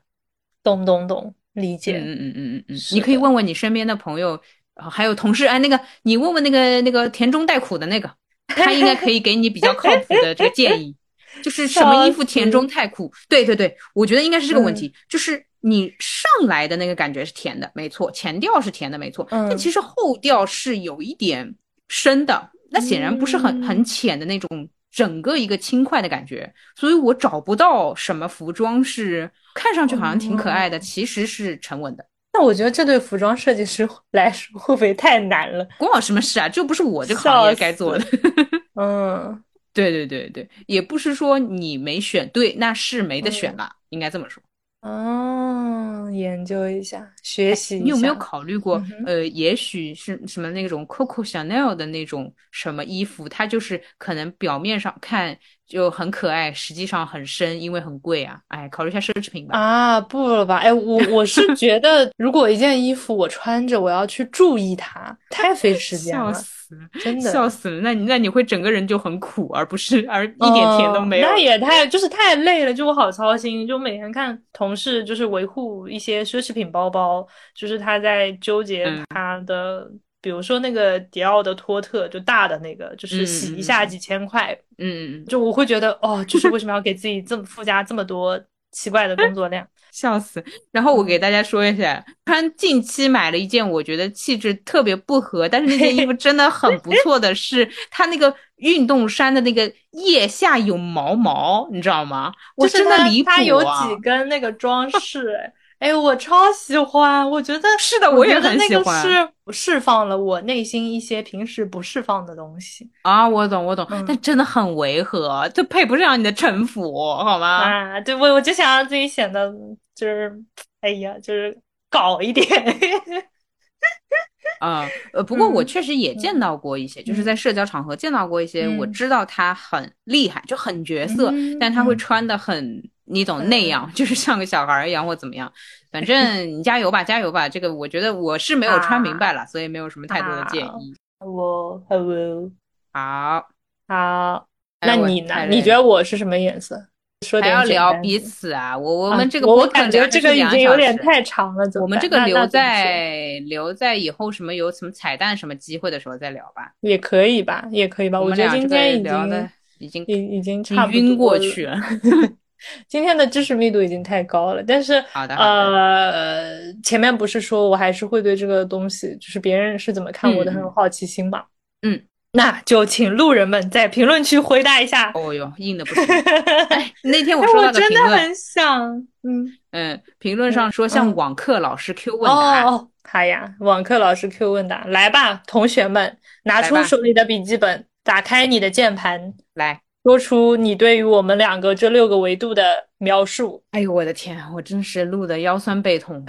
懂懂懂，理
嗯
解。
嗯嗯嗯嗯嗯，
是
你可以
的
问问你身边的朋友，呃还有同事，哎，那个你问问那个那个甜中带苦的那个，他应该可以给你比较靠谱的这个建议，就是什么衣服甜中带苦，对对对，我觉得应该是这个问
嗯
题，就是你上来的那个感觉是甜的，没错，前调是甜的，没错，但
嗯
其实后调是有一点深的，那显然不是
嗯
很很浅的那种。整个一个轻快的感觉，所以我找不到什么服装是看上去好像挺可
哦
爱的，其实是沉稳的。
那我觉得这对服装设计师 来说会不会太难了？
关我什么事啊？这不是我这个行业
笑
该做的。
嗯，
对对对对，也不是说你没选对，那是没得
嗯
选了，应该这么说。
哦，研究一下，学习
嗯哎你有
一
没有
下
考虑过
嗯，哼
呃，也许是什么那种 Coco Chanel 的那种什么衣服，它就是可能表面上看就很可爱，实际上很深，因为很贵啊。哎，考虑一下奢侈品吧。
啊？不了吧？哎，我我是觉得，如果一件衣服我穿着，我要去注意它，太费时间
笑
了，
死了，
真的。
笑死了！那你那你会整个人就很苦，而不是 而一点甜都没有。
哦那也太就是太累了，就我好操心，就每天看同事就是维护一些奢侈品包包，就是他在纠结
嗯
他的，比如说那个迪奥的托特，就大的那个，就是洗一下
嗯嗯嗯
几千块，
嗯，嗯嗯
就我会觉得哦，就是为什么要给自己这么附加这么多奇怪的工作 量？
笑死！然后我给大家说一下，川近期买了一件我觉得气质特别不合，但是那件衣服真的很不错的是，它那个运动衫的那个腋下有毛毛，你知道吗？我
就是
真的
它
离谱
它有
啊！
几根那个装饰，哎，我超喜欢，我觉得
是的，
我
也
觉得
很
那
喜
个
欢
是释放了我内心一些平时不释放的东西。
啊！我懂，我懂，
嗯
但真的很违和，这配不上你的城府，好吗？
啊，对，我我就想让自己显得就是，哎呀，就是搞一点。
啊，呃，不过我
嗯
确实也见到过一些，就是在社交场合见到过一些，我
嗯
知道他很厉害，就很角色，但他会
嗯
穿的很，你懂那样， 就是像个小孩儿一样或怎么样。反正你加油吧，加油吧，这个我觉得我是没有穿明白了，所以没有什么太多的建议。
我 hello，
好，
好，
哎
那
我
你
太
呢？
累
你觉
了
得我是什么颜色？说
还
点
要
简
聊
单
彼
的
此啊？我我
啊
们这个
我我
podcast
感觉
聊的
这
是
个已
两
经
小
有点
时
太长了，怎
我
么
们
办？
这个
那
留
那怎么说
在留在以后什么有什么彩蛋什么机会的时候再聊吧。
也可以吧，也可以吧。
我
我
们
觉得
俩这
今
个
天已
聊的
经
已经
已已经
已经
差不
晕过
多了
去了。
今天的知识密度已经太高了，但是
好的好的
呃，前面不是说我还是会对这个东西，就是别人是怎么看我的
嗯
很有
嗯
好奇心嘛。
嗯，
那就请路人们在评论区回答一下。
哦哟，硬的 不行。哎，那天我
哎
收
我
到个
真
评
的
论，
很想，嗯，
嗯，评论上说像
嗯
网课老师 Q 问答，
哦，好呀，网课老师 Q 问答，来吧，同学们，拿
来
出
吧
手里的笔记本，打开你的键盘，
来，
说出你对于我们两个这六个维度的描述。
哎呦我的天，我真是录的腰酸 背痛。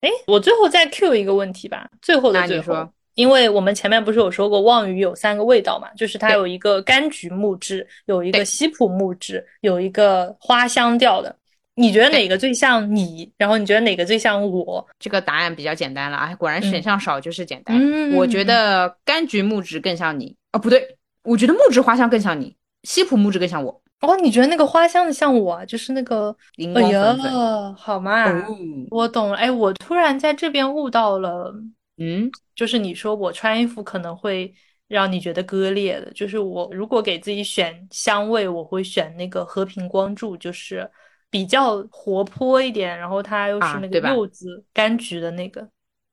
哎，我最后再 Q 一个问题吧，最后
那
的
你
最后
说，
因为我们前面不是有说过望雨有三个味道嘛，就是它
对
有一个柑橘木质，有一
对
个西普木质，有一个花香调的。你觉得
对
哪个最像你？然后你觉得哪个最像我？
这个答案比较简单了，哎，果然选
嗯
项少就是简单。
嗯
我觉得柑橘木质更像你，哦不对，我觉得木质花香更像你，西普木质更像我，
哦，你觉得那个花香的像我啊，就是那个，
荧
哎
光粉粉。
呀，好嘛，
哦，
嗯我懂了。哎，我突然在这边悟到了。
嗯，
就是你说我穿衣服可能会让你觉得割裂的，就是我如果给自己选香味，我会选那个和平光柱，就是比较活泼一点，然后它又
啊
是那个
对吧
柚子柑橘的那个，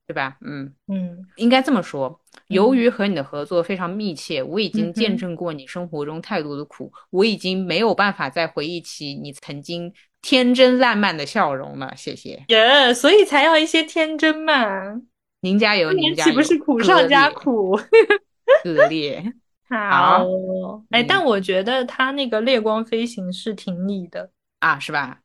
对吧？嗯。
嗯
应该这么说，由
嗯
于和你的合作非常密切，我已经
嗯
见
哼
证过你生活中太多的苦，我已经没有办法再回忆起你曾经天真烂漫的笑容了。谢谢，
耶所以才要一些天真嘛，
您加油，
不
您
然
加
岂
油，
不是苦
割
上加
裂，
苦？
割裂。
好，哎，
嗯
但我觉得它那个烈光飞行是挺你的，
啊，是吧？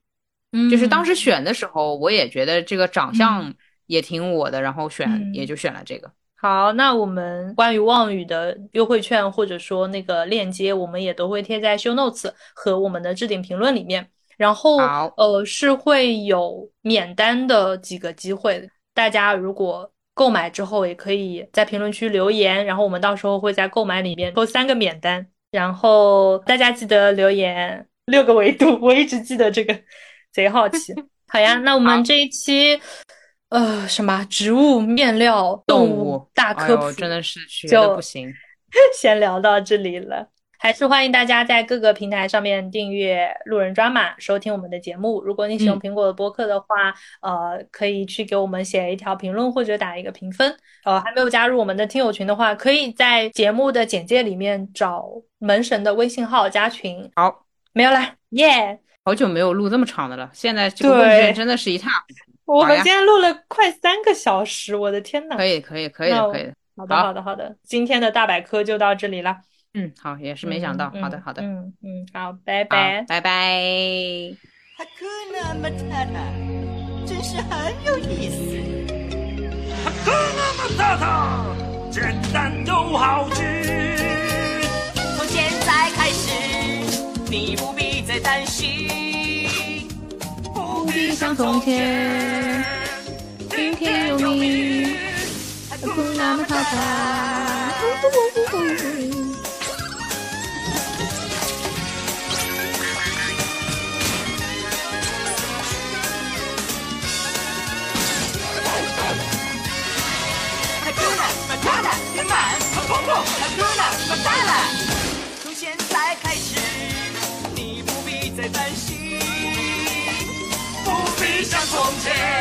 嗯
就是当时选的时候，我也觉得这个长
嗯
相也挺我的，然后选
嗯
也就选了这个。
好，那我们关于望语的优惠券或者说那个链接，我们也都会贴在 show notes 和我们的置顶评论里面。然后
好，
呃，是会有免单的几个机会，大家如果购买之后，也可以在评论区留言，然后我们到时候会在购买里面抽三个免单，然后大家记得留言六个维度，我一直记得这个，贼好 奇。好呀，那我
好
们这一期。呃，什么植物、面料、动
动物
大
哎
科
呦
普，
真的是学
就
的不行。
先聊到这里了。还是欢迎大家在各个平台上面订阅《路人抓马》，收听我们的节目。如果你使用
嗯
苹果的播客的话，呃，可以去给我们写一条评论或者打一个评分。呃，还没有加入我们的听友群的话，可以在节目的简介里面找门神的微信号加群。
好，
没有啦，耶！
好久没有录这么长的了，现在这个问
对
卷真的是一塌糊
我
好
们
呀
今天录了快三个小时，我的天呐！
涂。可以，可以，可以
那
的，
我
可以的。
好的，
好
好的，好的，今天的大百科就到这里啦。
嗯，好，也是没想到。好的，好的，
嗯嗯，好，拜
好
拜，。
拜拜。
Hakuna Matata，真是很有意思。
Matata，简单又好吃。
从现在开始，你不必再担心，
不必像从前，听天由命。Hakuna Matata。
Hakuna Matata 圆满，Hakuna Matata。从现在开始，你不必再担心。
不必像从前。